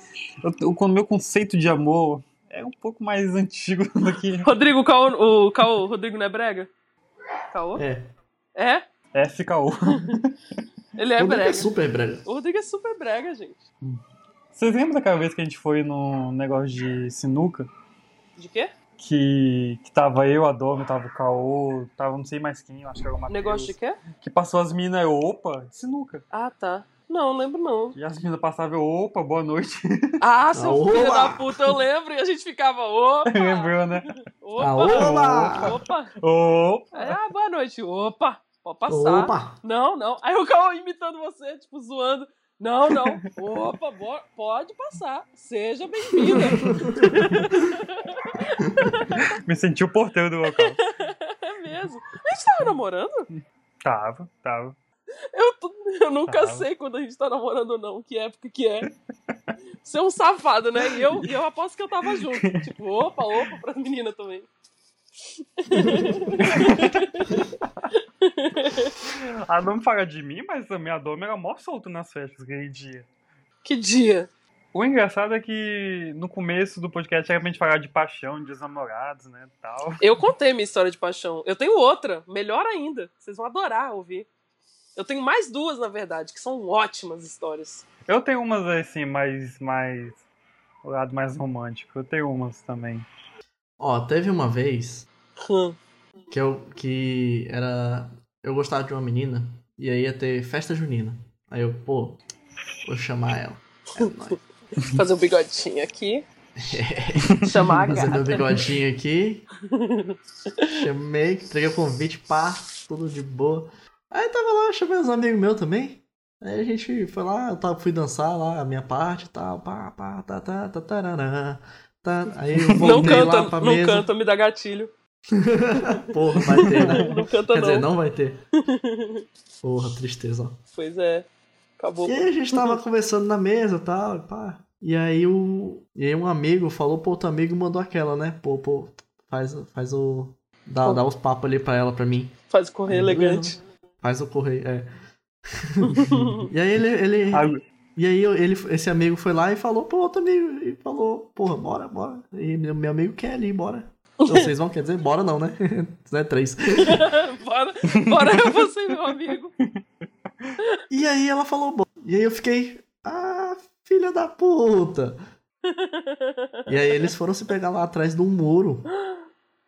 [SPEAKER 3] eu- eu- O meu conceito de amor é um pouco mais antigo do que.
[SPEAKER 2] Rodrigo, o Caô, o Caô, Rodrigo não é brega? Caô?
[SPEAKER 1] É.
[SPEAKER 2] É?
[SPEAKER 3] É fica o.
[SPEAKER 2] Ele é
[SPEAKER 1] Rodrigo é
[SPEAKER 2] brega.
[SPEAKER 1] super brega.
[SPEAKER 2] O Rodrigo é super brega, gente.
[SPEAKER 3] Vocês lembram daquela vez que a gente foi num negócio de sinuca?
[SPEAKER 2] De quê?
[SPEAKER 3] Que, que tava eu, a Domi, tava o Caô, tava não sei mais quem, eu acho que era o Matheus.
[SPEAKER 2] Negócio de quê?
[SPEAKER 3] Que passou as minas, eu, opa, sinuca.
[SPEAKER 2] Ah, tá. Não, lembro não.
[SPEAKER 3] E as meninas passavam, eu, opa, boa noite.
[SPEAKER 2] Ah, seu
[SPEAKER 1] Opa!
[SPEAKER 2] filho da puta, eu lembro. E a gente ficava, opa,
[SPEAKER 3] Lembrou, né?
[SPEAKER 1] Ah,
[SPEAKER 2] opa,
[SPEAKER 1] Opa!
[SPEAKER 2] opa.
[SPEAKER 3] Opa!
[SPEAKER 2] Aí, ah, boa noite. Opa, pode passar.
[SPEAKER 1] Opa!
[SPEAKER 2] Não, não. Aí o Caô imitando você, tipo, zoando. Não, não. Opa, bo- pode passar. Seja bem-vinda.
[SPEAKER 3] Me senti o porteiro do local.
[SPEAKER 2] É mesmo. A gente tava namorando?
[SPEAKER 3] tava, tava.
[SPEAKER 2] Eu, tô- eu nunca
[SPEAKER 3] Tava.
[SPEAKER 2] sei quando a gente tá namorando ou não, que época que é. Você é um safado, né? E eu, e eu aposto que eu tava junto. Tipo, opa, opa, pras meninas também.
[SPEAKER 3] A Dom fala de mim, mas também a Dom era mó solta nas festas aquele dia.
[SPEAKER 2] Que dia.
[SPEAKER 3] O engraçado é que no começo do podcast era pra gente falar de paixão, de namorados, né, tal.
[SPEAKER 2] Eu contei minha história de paixão. Eu tenho outra, melhor ainda. Vocês vão adorar ouvir. Eu tenho mais duas, na verdade, que são ótimas histórias.
[SPEAKER 3] Eu tenho umas, assim, mais, mais... O lado mais romântico. Eu tenho umas também.
[SPEAKER 1] Ó, teve uma vez
[SPEAKER 2] Hum.
[SPEAKER 1] que eu que era eu gostava de uma menina e aí ia ter festa junina. Aí eu, pô, vou chamar ela. É nóis.
[SPEAKER 2] Fazer um bigodinho aqui. Chamar a
[SPEAKER 1] Fazer meu
[SPEAKER 2] gata.
[SPEAKER 1] um bigodinho aqui. Chamei, entreguei o convite, pá, tudo de boa. Aí tava lá, chamei uns amigos meus também. Aí a gente foi lá, eu tava, fui dançar lá a minha parte e tal, pá, pá, tá, tá, tá, tarará, tá. Aí eu voltei
[SPEAKER 2] Não
[SPEAKER 1] lá
[SPEAKER 2] canta,
[SPEAKER 1] pra
[SPEAKER 2] não
[SPEAKER 1] mesa.
[SPEAKER 2] canta, me dá gatilho.
[SPEAKER 1] Porra, vai ter, né?
[SPEAKER 2] Não canta,
[SPEAKER 1] Quer
[SPEAKER 2] não.
[SPEAKER 1] dizer, não vai ter. Porra, tristeza. ó.
[SPEAKER 2] Pois é. Acabou.
[SPEAKER 1] E aí a gente tava conversando na mesa e tal, e pá. E aí o. E aí um amigo falou pro outro amigo e mandou aquela, né? Pô, pô, faz, faz o. Dá,
[SPEAKER 2] Pô.
[SPEAKER 1] dá os papos ali pra ela, pra mim.
[SPEAKER 2] Faz correr
[SPEAKER 1] Aí, beleza.
[SPEAKER 2] elegante.
[SPEAKER 1] Faz o correio, é. E aí ele. ele
[SPEAKER 3] Ah,
[SPEAKER 1] e aí eu- ele, esse amigo foi lá e falou pro outro amigo. E falou, porra, bora, bora. E meu, meu amigo quer ali, bora. Não, Vocês vão, quer dizer, bora não, né? Não é três.
[SPEAKER 2] bora, bora eu vou ser meu amigo.
[SPEAKER 1] E aí ela falou, bom. E aí eu fiquei, ah, filha da puta. e aí eles foram se pegar lá atrás de um muro.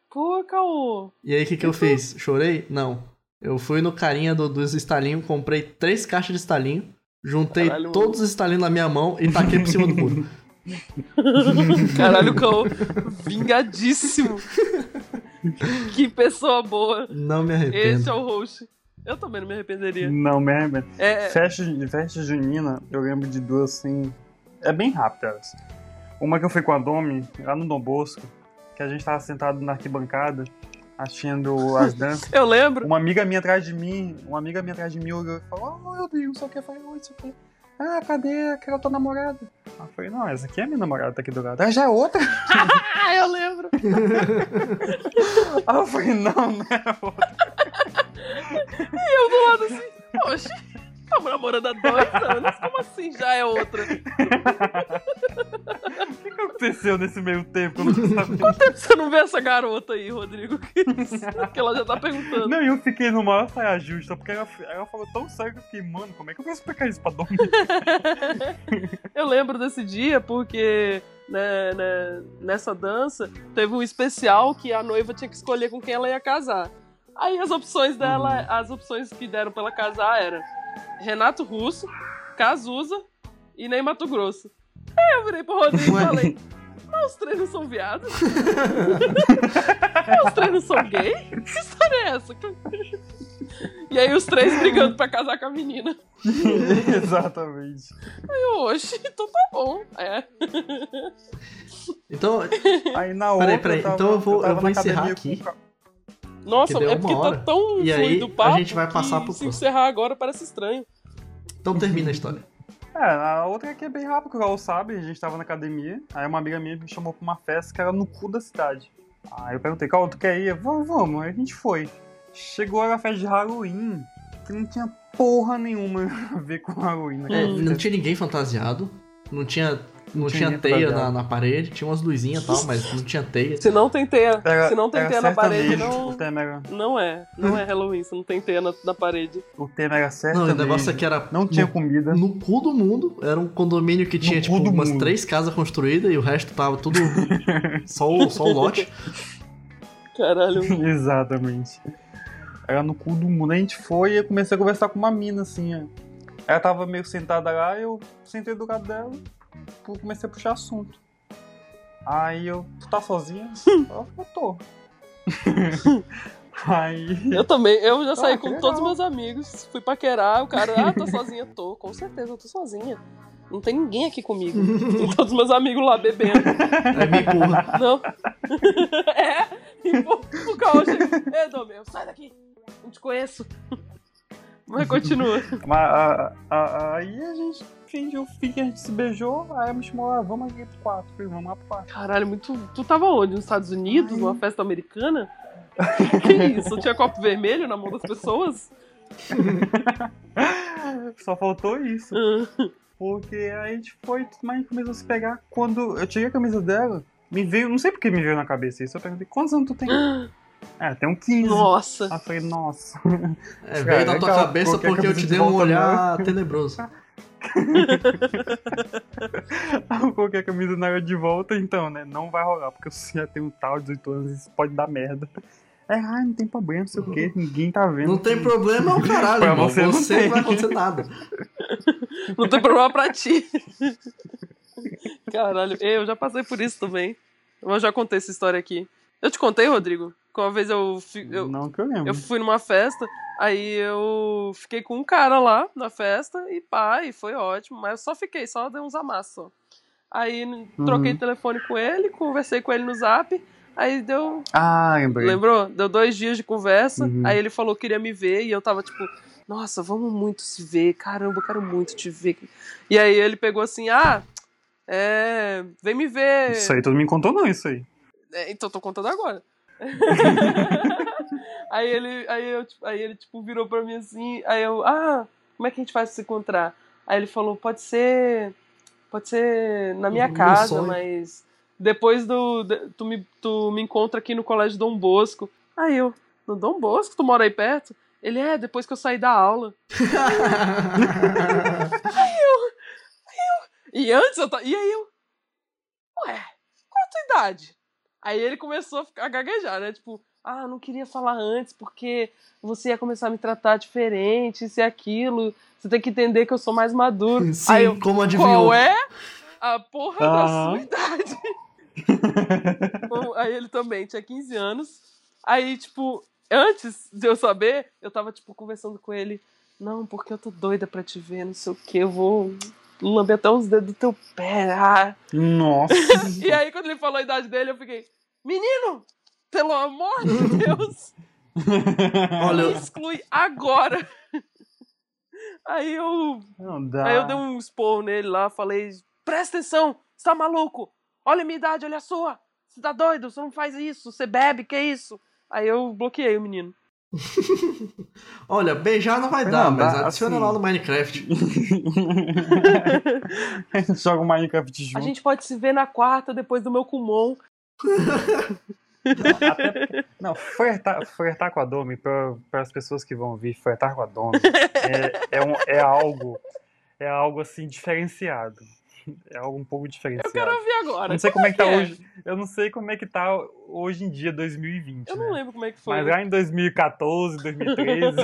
[SPEAKER 2] Pô, Caô.
[SPEAKER 1] E aí o que,
[SPEAKER 2] Então
[SPEAKER 1] que eu fiz? Chorei? Não. Eu fui no carinha do, dos estalinhos, comprei três caixas de estalinho, juntei
[SPEAKER 2] Caralho.
[SPEAKER 1] todos os estalinhos na minha mão e taquei por cima do muro.
[SPEAKER 2] Caralho, Caô. Vingadíssimo. que pessoa boa.
[SPEAKER 1] Não me arrependo.
[SPEAKER 2] Esse é o host. Eu também não me arrependeria.
[SPEAKER 3] Não, merda.
[SPEAKER 2] É,
[SPEAKER 3] Festa, festa junina, eu lembro de duas assim. É bem rápida. elas. Uma que eu fui com a Domi, lá no Dom Bosco, que a gente tava sentado na arquibancada, assistindo as danças.
[SPEAKER 2] eu lembro.
[SPEAKER 3] Uma amiga minha atrás de mim, uma amiga minha atrás de mim olhou e falou: Oh, meu Deus, só que eu falei, oi, isso aqui. Ah, cadê aquela tua namorada? Ela falei, não, essa aqui é minha namorada, tá aqui do lado. Ah, já é outra?
[SPEAKER 2] Ah, eu lembro.
[SPEAKER 3] Ah, eu falei, não, né?
[SPEAKER 2] Eu do lado assim, poxa, tamo namorando há dois anos, como assim já é outra?
[SPEAKER 3] O que que aconteceu nesse meio tempo? Eu não sabia.
[SPEAKER 2] Quanto tempo você não vê essa garota aí, Rodrigo? Que, que ela já tá perguntando.
[SPEAKER 3] Não, e eu fiquei no maior saia justa, porque ela, ela falou tão sério que eu fiquei, mano, como é que eu vou explicar isso pra Domi?
[SPEAKER 2] Eu lembro desse dia porque né, né, nessa dança, teve um especial que a noiva tinha que escolher com quem ela ia casar. Aí as opções dela, as opções que deram pra ela casar era Renato Russo, Cazuza e nem Mato Grosso. Aí eu virei pro Rodrigo e falei: Mas os três não são viados? Mas os três não são gay? Que história é essa? E aí os três brigando pra casar com a menina.
[SPEAKER 3] Exatamente.
[SPEAKER 2] Aí eu, oxe, então tá bom. É.
[SPEAKER 1] Então,
[SPEAKER 3] Aí na outra.
[SPEAKER 1] Peraí, peraí,
[SPEAKER 3] eu tava-
[SPEAKER 1] então eu vou-
[SPEAKER 3] tava
[SPEAKER 1] eu vou
[SPEAKER 3] na
[SPEAKER 1] encerrar
[SPEAKER 3] academia
[SPEAKER 1] aqui.
[SPEAKER 3] com o ca-
[SPEAKER 2] Nossa,
[SPEAKER 1] Que deu
[SPEAKER 2] é porque
[SPEAKER 1] uma hora.
[SPEAKER 2] tá tão
[SPEAKER 1] E aí,
[SPEAKER 2] fluido o papo
[SPEAKER 1] a gente vai passar
[SPEAKER 2] que
[SPEAKER 1] pro
[SPEAKER 2] se
[SPEAKER 1] próximo.
[SPEAKER 2] encerrar agora parece estranho.
[SPEAKER 1] então termina a história.
[SPEAKER 3] É, na outra que é bem rápido, que o Raul sabe, a gente tava na academia, aí uma amiga minha me chamou pra uma festa que era no cu da cidade. Aí eu perguntei, qual tu quer ir? Vamos, vamos, aí a gente foi. Chegou a festa de Halloween, que não tinha porra nenhuma a ver com Halloween.
[SPEAKER 1] É,
[SPEAKER 3] naquela
[SPEAKER 1] não
[SPEAKER 3] festa.
[SPEAKER 1] tinha ninguém fantasiado, não tinha, não
[SPEAKER 3] tinha
[SPEAKER 1] tinha
[SPEAKER 3] ninguém
[SPEAKER 1] teia na,
[SPEAKER 3] fantasiado.
[SPEAKER 1] na parede, tinha umas luzinhas e tal, mas não tinha teia.
[SPEAKER 2] Se não tem teia,
[SPEAKER 3] Era-
[SPEAKER 2] se não tem
[SPEAKER 3] era
[SPEAKER 2] teia na parede,
[SPEAKER 3] sertanejo,
[SPEAKER 2] não,
[SPEAKER 3] O tema era,
[SPEAKER 2] não é. Não é Halloween, se não tem teia na, na parede.
[SPEAKER 3] o tema era
[SPEAKER 1] Não,
[SPEAKER 3] sertanejo.
[SPEAKER 1] o negócio é que era
[SPEAKER 3] Não tinha comida.
[SPEAKER 1] no, no cu do mundo, era um condomínio que tinha
[SPEAKER 3] né? No
[SPEAKER 1] tipo
[SPEAKER 3] cu do
[SPEAKER 1] umas
[SPEAKER 3] mundo.
[SPEAKER 1] três casas construídas e o resto tava tudo só, o, só o lote.
[SPEAKER 2] Caralho.
[SPEAKER 3] Exatamente. Era no cu do mundo. A gente foi e eu comecei a conversar com uma mina, assim. ó. Ela tava meio sentada lá, eu sentei do lado dela pu- comecei a puxar assunto. Aí eu, tu tá sozinha? Ela falou, tô. Aí.
[SPEAKER 2] Eu também, eu já saí
[SPEAKER 3] Ah, que
[SPEAKER 2] com
[SPEAKER 3] legal.
[SPEAKER 2] todos meus amigos, fui paquerar, o cara, ah, tô sozinha, tô, com certeza, eu tô sozinha. Não tem ninguém aqui comigo. Tem todos meus amigos lá bebendo.
[SPEAKER 1] Aí me empurra.
[SPEAKER 2] Não. é. E pô, o Caô chega. É, Domeu, sai daqui. Não te conheço. Mas continua.
[SPEAKER 3] Mas, a- a- a- aí a gente fingiu o fim que a gente se beijou, aí ela me chamou, ah, vamos aqui pro quarto. Falei, vamos lá pro quarto.
[SPEAKER 2] Caralho, muito. Tu tava onde? Nos Estados Unidos, numa festa americana? Que isso? Tinha copo vermelho na mão das pessoas?
[SPEAKER 3] Só faltou isso.
[SPEAKER 2] Ah,
[SPEAKER 3] Porque aí a gente foi, mas a gente começou a se pegar. Quando eu tirei a camisa dela, me veio, não sei porque me veio na cabeça isso. Eu perguntei, quantos anos tu tem? é, tem um 15. Aí
[SPEAKER 2] Nossa.
[SPEAKER 3] eu falei, nossa.
[SPEAKER 1] É,
[SPEAKER 3] Cara,
[SPEAKER 1] veio da tua
[SPEAKER 3] aquela-
[SPEAKER 1] cabeça
[SPEAKER 3] qualquer
[SPEAKER 1] porque eu
[SPEAKER 3] cabeça
[SPEAKER 1] te
[SPEAKER 3] de
[SPEAKER 1] dei um
[SPEAKER 3] volta,
[SPEAKER 1] olhar tenebroso.
[SPEAKER 3] Eu coloquei a camisa na área de volta, então, né? Não vai rolar, porque você já tem um tal de 18 anos, isso pode dar merda. É, ai, não tem problema, não sei o quê, ninguém tá vendo.
[SPEAKER 1] Não tem problema, é o caralho,
[SPEAKER 3] Pra
[SPEAKER 1] irmão.
[SPEAKER 3] você
[SPEAKER 1] Você,
[SPEAKER 3] não
[SPEAKER 1] não
[SPEAKER 3] tem.
[SPEAKER 1] vai acontecer nada.
[SPEAKER 2] Não tem problema pra ti. Caralho, eu já passei por isso também. Eu já contei essa história aqui. Eu te contei, Rodrigo? Que uma vez eu, fi- eu,
[SPEAKER 3] Não que eu lembro.
[SPEAKER 2] Eu fui numa festa, aí eu fiquei com um cara lá na festa e pá, e foi ótimo, mas eu só fiquei, só dei uns amassos. só. Aí n- troquei
[SPEAKER 3] Uhum.
[SPEAKER 2] telefone com ele, conversei com ele no zap, aí deu.
[SPEAKER 3] Ah, lembrei.
[SPEAKER 2] Lembrou? Deu dois dias de conversa,
[SPEAKER 3] Uhum.
[SPEAKER 2] aí ele falou que queria me ver e eu tava tipo. Nossa, vamos muito se ver, caramba, eu quero muito te ver. E aí ele pegou assim, ah, é, vem me ver.
[SPEAKER 3] Isso aí, tu não me contou não, isso aí.
[SPEAKER 2] É, então tô contando agora. aí ele, aí eu, tipo, aí ele tipo virou pra mim assim, aí eu, ah, como é que a gente faz pra se encontrar? Aí ele falou, pode ser, pode ser na minha
[SPEAKER 1] Meu
[SPEAKER 2] casa,
[SPEAKER 1] sonho.
[SPEAKER 2] mas depois do, de- tu me, tu me encontra aqui no colégio Dom Bosco. Aí eu, no Dom Bosco, tu mora aí perto? Ele é, depois que eu saí da aula. E antes eu tava. E aí eu. Ué, qual a tua idade? Aí ele começou a, ficar, a gaguejar, né? Tipo, ah, não queria falar antes porque você ia começar a me tratar diferente, isso e aquilo. Você tem que entender que eu sou mais maduro.
[SPEAKER 1] Sim,
[SPEAKER 2] aí eu,
[SPEAKER 1] como adivinhou.
[SPEAKER 2] qual é a porra da
[SPEAKER 3] Aham.
[SPEAKER 2] sua idade? Bom, aí ele também tinha 15 anos. Aí, tipo, antes de eu saber, eu tava, tipo, conversando com ele. Não, porque eu tô doida pra te ver, não sei o que, eu vou lamber até os dedos do teu pé. ah."
[SPEAKER 3] Nossa.
[SPEAKER 2] E aí, quando ele falou a idade dele, eu fiquei, menino, pelo amor de Deus,
[SPEAKER 1] Olha,
[SPEAKER 2] me
[SPEAKER 1] eu-
[SPEAKER 2] exclui agora. Aí eu
[SPEAKER 3] Não dá.
[SPEAKER 2] Aí eu dei um expor nele lá, falei: presta atenção, você tá maluco? Olha a minha idade, olha a sua. Você tá doido? Você não faz isso, você bebe, que isso? Aí eu bloqueei o menino.
[SPEAKER 1] Olha, beijar não vai
[SPEAKER 3] Não,
[SPEAKER 1] dar,
[SPEAKER 3] dá,
[SPEAKER 1] mas adiciona
[SPEAKER 3] assim.
[SPEAKER 1] lá no Minecraft.
[SPEAKER 3] Joga o Minecraft
[SPEAKER 2] A
[SPEAKER 3] junto.
[SPEAKER 2] gente pode se ver na quarta depois do meu Kumon.
[SPEAKER 3] Não, flertar, flertar com a Domi, para as pessoas que vão ouvir, flertar com a Domi é, é, um- é algo é algo assim diferenciado. É algo um pouco diferenciado.
[SPEAKER 2] Eu quero ouvir agora.
[SPEAKER 3] Não sei como é que tá
[SPEAKER 2] é?
[SPEAKER 3] hoje. Eu não sei como é que tá hoje em dia, 2020.
[SPEAKER 2] Eu não
[SPEAKER 3] né?
[SPEAKER 2] lembro como é que foi.
[SPEAKER 3] Mas lá em 2014, 2013,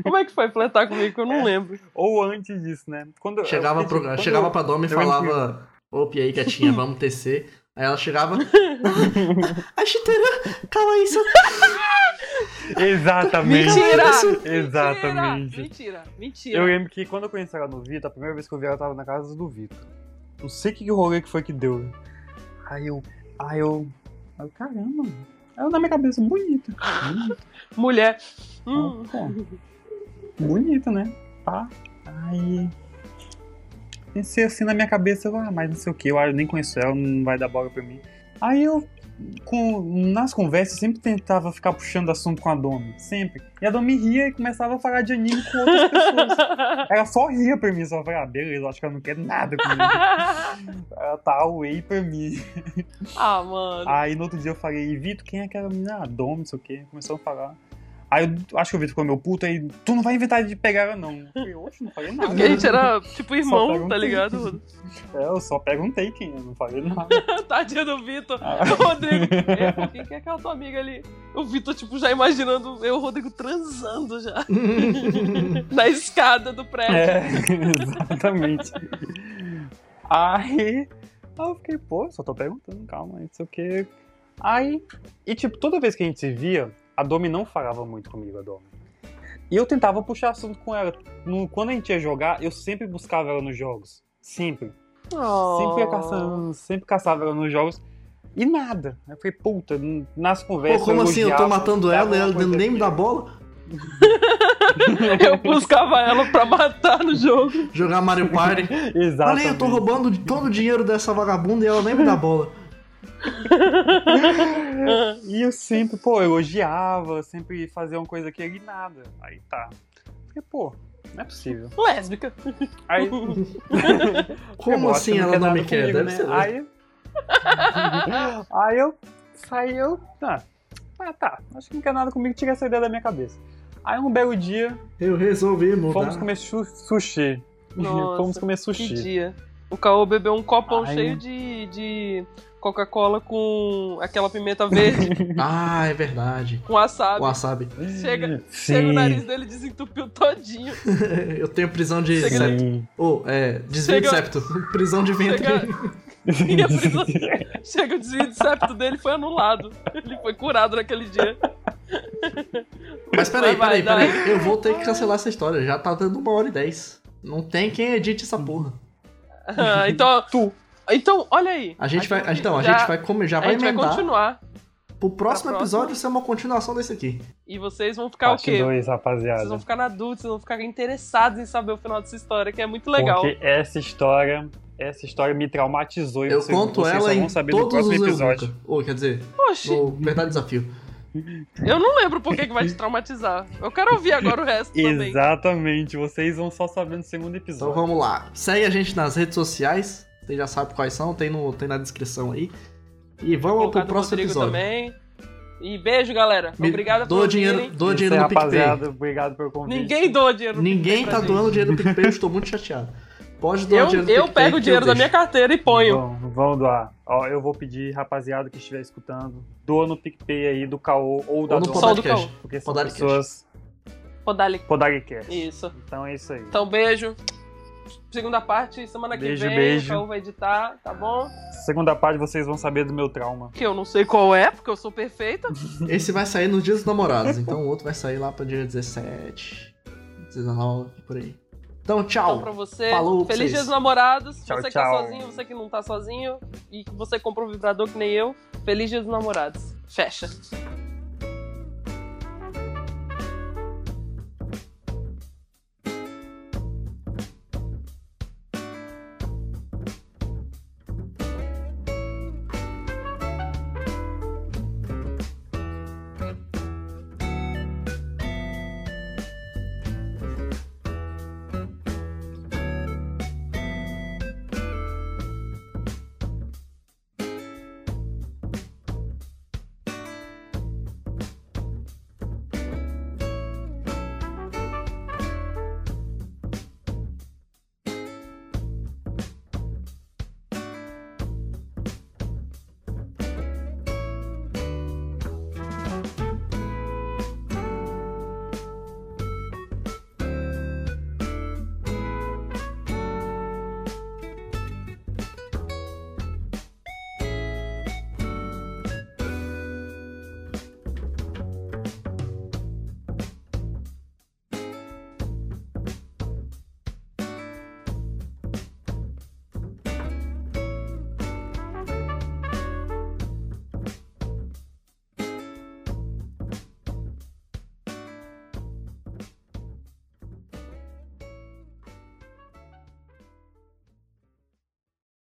[SPEAKER 2] Como é que foi flertar comigo? Eu
[SPEAKER 3] É.
[SPEAKER 2] não lembro.
[SPEAKER 3] ou antes disso, né? Quando,
[SPEAKER 1] Chegava,
[SPEAKER 3] eu-
[SPEAKER 1] pro,
[SPEAKER 3] quando
[SPEAKER 1] chegava
[SPEAKER 3] eu-
[SPEAKER 1] pra Dom e
[SPEAKER 3] eu lembro
[SPEAKER 1] falava, opa, e aí, quietinha, vamos tecer. Aí ela chegava. A chiteira, calma aí, seu
[SPEAKER 3] Exatamente.
[SPEAKER 2] Mentira!
[SPEAKER 3] Exatamente.
[SPEAKER 2] Mentira, mentira.
[SPEAKER 3] Eu lembro que quando eu conheci ela no Vitor, a primeira vez que eu vi ela tava na casa do Vitor. Não sei que rolê que foi que deu. Aí eu. Aí eu. Aí eu caramba. mano. Aí eu na minha cabeça, bonita. Bonita,
[SPEAKER 2] Mulher. Hum,
[SPEAKER 3] Então, pô. Bonita, né? Tá. Aí. Pensei assim na minha cabeça, eu, ah, mas não sei o que, eu ah, nem conheço ela, não vai dar bola pra mim. Aí eu, com, nas conversas, sempre tentava ficar puxando assunto com a Domi, sempre. E a Domi ria e começava a falar de anime com outras pessoas. Ela só ria pra mim, só falava, ah, beleza, eu acho que ela não quer nada comigo. ela tá away pra mim.
[SPEAKER 2] ah, mano.
[SPEAKER 3] Aí no outro dia eu falei, Vitor, quem é aquela menina? Ah, Dom, não sei o quê. Começou a falar. Aí eu acho que o Vitor ficou meu puto, aí tu não vai inventar de pegar ela não. Eu falei, oxe, não falei nada.
[SPEAKER 2] Porque a gente era tipo
[SPEAKER 3] Só
[SPEAKER 2] irmão,
[SPEAKER 3] pega um
[SPEAKER 2] tá
[SPEAKER 3] take.
[SPEAKER 2] ligado?
[SPEAKER 3] É, eu só perguntei quem, eu não falei nada.
[SPEAKER 2] Tadinha do Vitor.
[SPEAKER 3] Ah.
[SPEAKER 2] O Rodrigo. "É, pô, Quem que é aquela tua amiga ali? O Vitor, tipo, já imaginando eu e o Rodrigo transando já. Na escada do prédio.
[SPEAKER 3] é, exatamente. Aí, aí eu fiquei, pô, só tô perguntando, calma, aí, não sei o quê. Aí, e tipo, toda vez que a gente se via, a Domi não falava muito comigo, a Domi. E eu tentava puxar assunto com ela. No- quando a gente ia jogar, eu sempre buscava ela nos jogos. Sempre. Sempre ia
[SPEAKER 1] Oh.
[SPEAKER 3] caçando, sempre caçava ela nos jogos. E nada. Aí Eu falei, puta, n- nas
[SPEAKER 1] Pô,
[SPEAKER 3] conversas.
[SPEAKER 1] como assim? Eu tô
[SPEAKER 3] elogiava,
[SPEAKER 1] matando
[SPEAKER 3] dava
[SPEAKER 1] ela e
[SPEAKER 3] uma
[SPEAKER 1] ela
[SPEAKER 3] coisa
[SPEAKER 1] nem me dá
[SPEAKER 3] aqui.
[SPEAKER 1] bola?
[SPEAKER 2] Eu buscava ela pra matar no jogo.
[SPEAKER 1] Jogar Mario Party. Olha
[SPEAKER 3] Exatamente.
[SPEAKER 1] aí, eu tô roubando de todo o dinheiro dessa vagabunda e ela nem me dá bola.
[SPEAKER 3] E eu sempre, pô, elogiava, sempre fazia uma coisa que e nada. Aí tá. Porque, pô, não é possível.
[SPEAKER 2] Lésbica.
[SPEAKER 3] Aí,
[SPEAKER 1] Como
[SPEAKER 3] eu acho
[SPEAKER 1] assim
[SPEAKER 3] que
[SPEAKER 1] ela não
[SPEAKER 3] nada
[SPEAKER 1] me quer?
[SPEAKER 3] comigo,
[SPEAKER 1] Deve
[SPEAKER 3] né?
[SPEAKER 1] ser.
[SPEAKER 3] Aí. aí eu saí, eu. Ah, ah, tá. Acho que não quer nada comigo, tira essa ideia da minha cabeça. Aí um belo dia,
[SPEAKER 1] Eu resolvi mudar.
[SPEAKER 3] fomos comer chu- sushi.
[SPEAKER 2] Nossa,
[SPEAKER 3] fomos comer
[SPEAKER 2] Que
[SPEAKER 3] sushi.
[SPEAKER 2] dia. O Caô bebeu um copão
[SPEAKER 3] Ai.
[SPEAKER 2] cheio de, de Coca-Cola com aquela pimenta verde,
[SPEAKER 1] Ah, é verdade.
[SPEAKER 2] com wasabi.
[SPEAKER 1] O wasabi.
[SPEAKER 2] Chega-
[SPEAKER 3] Sim.
[SPEAKER 2] Chega o nariz dele desentupiu todinho.
[SPEAKER 1] Eu tenho prisão de
[SPEAKER 2] Chega-
[SPEAKER 1] septo.
[SPEAKER 3] Sim.
[SPEAKER 1] Ou, é, desvio de
[SPEAKER 2] Chega-
[SPEAKER 1] septo. Prisão de ventre.
[SPEAKER 2] Chega, e a prisão- chega o desvio de septo dele foi anulado. Ele foi curado naquele dia.
[SPEAKER 1] Mas peraí, peraí,
[SPEAKER 2] Vai, vai,
[SPEAKER 1] peraí. Eu vou ter que cancelar essa história. Já tá dando uma hora e dez. Não tem quem edite essa porra.
[SPEAKER 2] Ah, então,
[SPEAKER 3] Tu.
[SPEAKER 2] então, olha aí.
[SPEAKER 1] A gente vai. Então, a
[SPEAKER 2] já-
[SPEAKER 1] gente vai comer, já
[SPEAKER 2] a
[SPEAKER 1] vai
[SPEAKER 2] gente vai
[SPEAKER 1] emendar.
[SPEAKER 2] continuar.
[SPEAKER 1] Pro próximo
[SPEAKER 2] Pra próxima.
[SPEAKER 1] episódio ser uma continuação desse aqui.
[SPEAKER 2] E vocês vão ficar o
[SPEAKER 3] Parte
[SPEAKER 2] quê?
[SPEAKER 3] 2,
[SPEAKER 2] Vocês vão
[SPEAKER 3] rapaziada.
[SPEAKER 2] ficar na dúvida, vocês vão ficar interessados em saber o final dessa história, que é muito legal.
[SPEAKER 3] Porque essa história, essa história me traumatizou. e
[SPEAKER 1] Eu
[SPEAKER 3] vocês,
[SPEAKER 1] conto
[SPEAKER 3] um vocês
[SPEAKER 1] ela
[SPEAKER 3] só
[SPEAKER 1] em
[SPEAKER 3] vão saber no
[SPEAKER 1] todos os
[SPEAKER 3] próximo
[SPEAKER 1] Eu
[SPEAKER 3] episódio.
[SPEAKER 1] Nunca. Ou, quer dizer,
[SPEAKER 2] Oxi,
[SPEAKER 1] no Verdade Desafio.
[SPEAKER 2] eu não lembro por que que vai te traumatizar. Eu quero ouvir agora o resto também.
[SPEAKER 3] Exatamente, vocês vão só saber no segundo
[SPEAKER 1] Então
[SPEAKER 3] episódio.
[SPEAKER 1] vamos lá. Segue a gente nas redes sociais. Você já sabe quais são, tem, no, tem na descrição aí. E
[SPEAKER 2] Vou
[SPEAKER 1] vamos
[SPEAKER 2] colocar
[SPEAKER 1] pro
[SPEAKER 2] do
[SPEAKER 1] próximo
[SPEAKER 2] Rodrigo
[SPEAKER 1] episódio.
[SPEAKER 2] também. E beijo, galera.
[SPEAKER 1] Me-
[SPEAKER 2] Obrigada
[SPEAKER 1] dou
[SPEAKER 2] por
[SPEAKER 1] dinheiro,
[SPEAKER 2] virem.
[SPEAKER 1] dou
[SPEAKER 3] Isso
[SPEAKER 1] dinheiro
[SPEAKER 3] aí,
[SPEAKER 1] no PicPay.
[SPEAKER 3] rapaziada, obrigado pelo convite.
[SPEAKER 2] Ninguém doa dinheiro. no
[SPEAKER 1] Ninguém
[SPEAKER 2] PicPay
[SPEAKER 1] tá
[SPEAKER 2] pra
[SPEAKER 1] doando
[SPEAKER 2] gente.
[SPEAKER 1] dinheiro do PicPay, eu estou muito chateado. Pode doar
[SPEAKER 2] Eu,
[SPEAKER 1] dinheiro do
[SPEAKER 2] eu
[SPEAKER 1] PicPay
[SPEAKER 2] pego o
[SPEAKER 1] que
[SPEAKER 2] dinheiro da minha
[SPEAKER 1] deixo.
[SPEAKER 2] carteira e ponho.
[SPEAKER 3] Vamos, vamos doar. Ó, eu vou pedir, rapaziada que estiver escutando, doa no PicPay aí do Caô ou da
[SPEAKER 1] Ou no
[SPEAKER 3] Dona,
[SPEAKER 2] Só do
[SPEAKER 1] Podcast.
[SPEAKER 3] porque são
[SPEAKER 1] Podaricast.
[SPEAKER 3] pessoas
[SPEAKER 2] Podalic.
[SPEAKER 3] Podaricast.
[SPEAKER 2] Isso.
[SPEAKER 3] Então é isso aí.
[SPEAKER 2] Então, beijo. Segunda parte, semana que
[SPEAKER 3] Beijo,
[SPEAKER 2] vem.
[SPEAKER 3] beijo.
[SPEAKER 2] O Caô vai editar, tá bom?
[SPEAKER 3] Segunda parte vocês vão saber do meu trauma.
[SPEAKER 2] Que eu não sei qual é, porque eu sou perfeita.
[SPEAKER 1] Esse vai sair nos dias dos namorados, então o outro vai sair lá pra dia 17, 19, por aí. Então,
[SPEAKER 2] Então,
[SPEAKER 1] tchau.
[SPEAKER 2] pra você,
[SPEAKER 1] Falou pra vocês.
[SPEAKER 2] feliz dia dos namorados.
[SPEAKER 3] Tchau,
[SPEAKER 2] você que
[SPEAKER 3] tchau.
[SPEAKER 2] tá sozinho, você que não tá sozinho. E que você comprou um vibrador que nem eu. Feliz dia dos namorados. Fecha.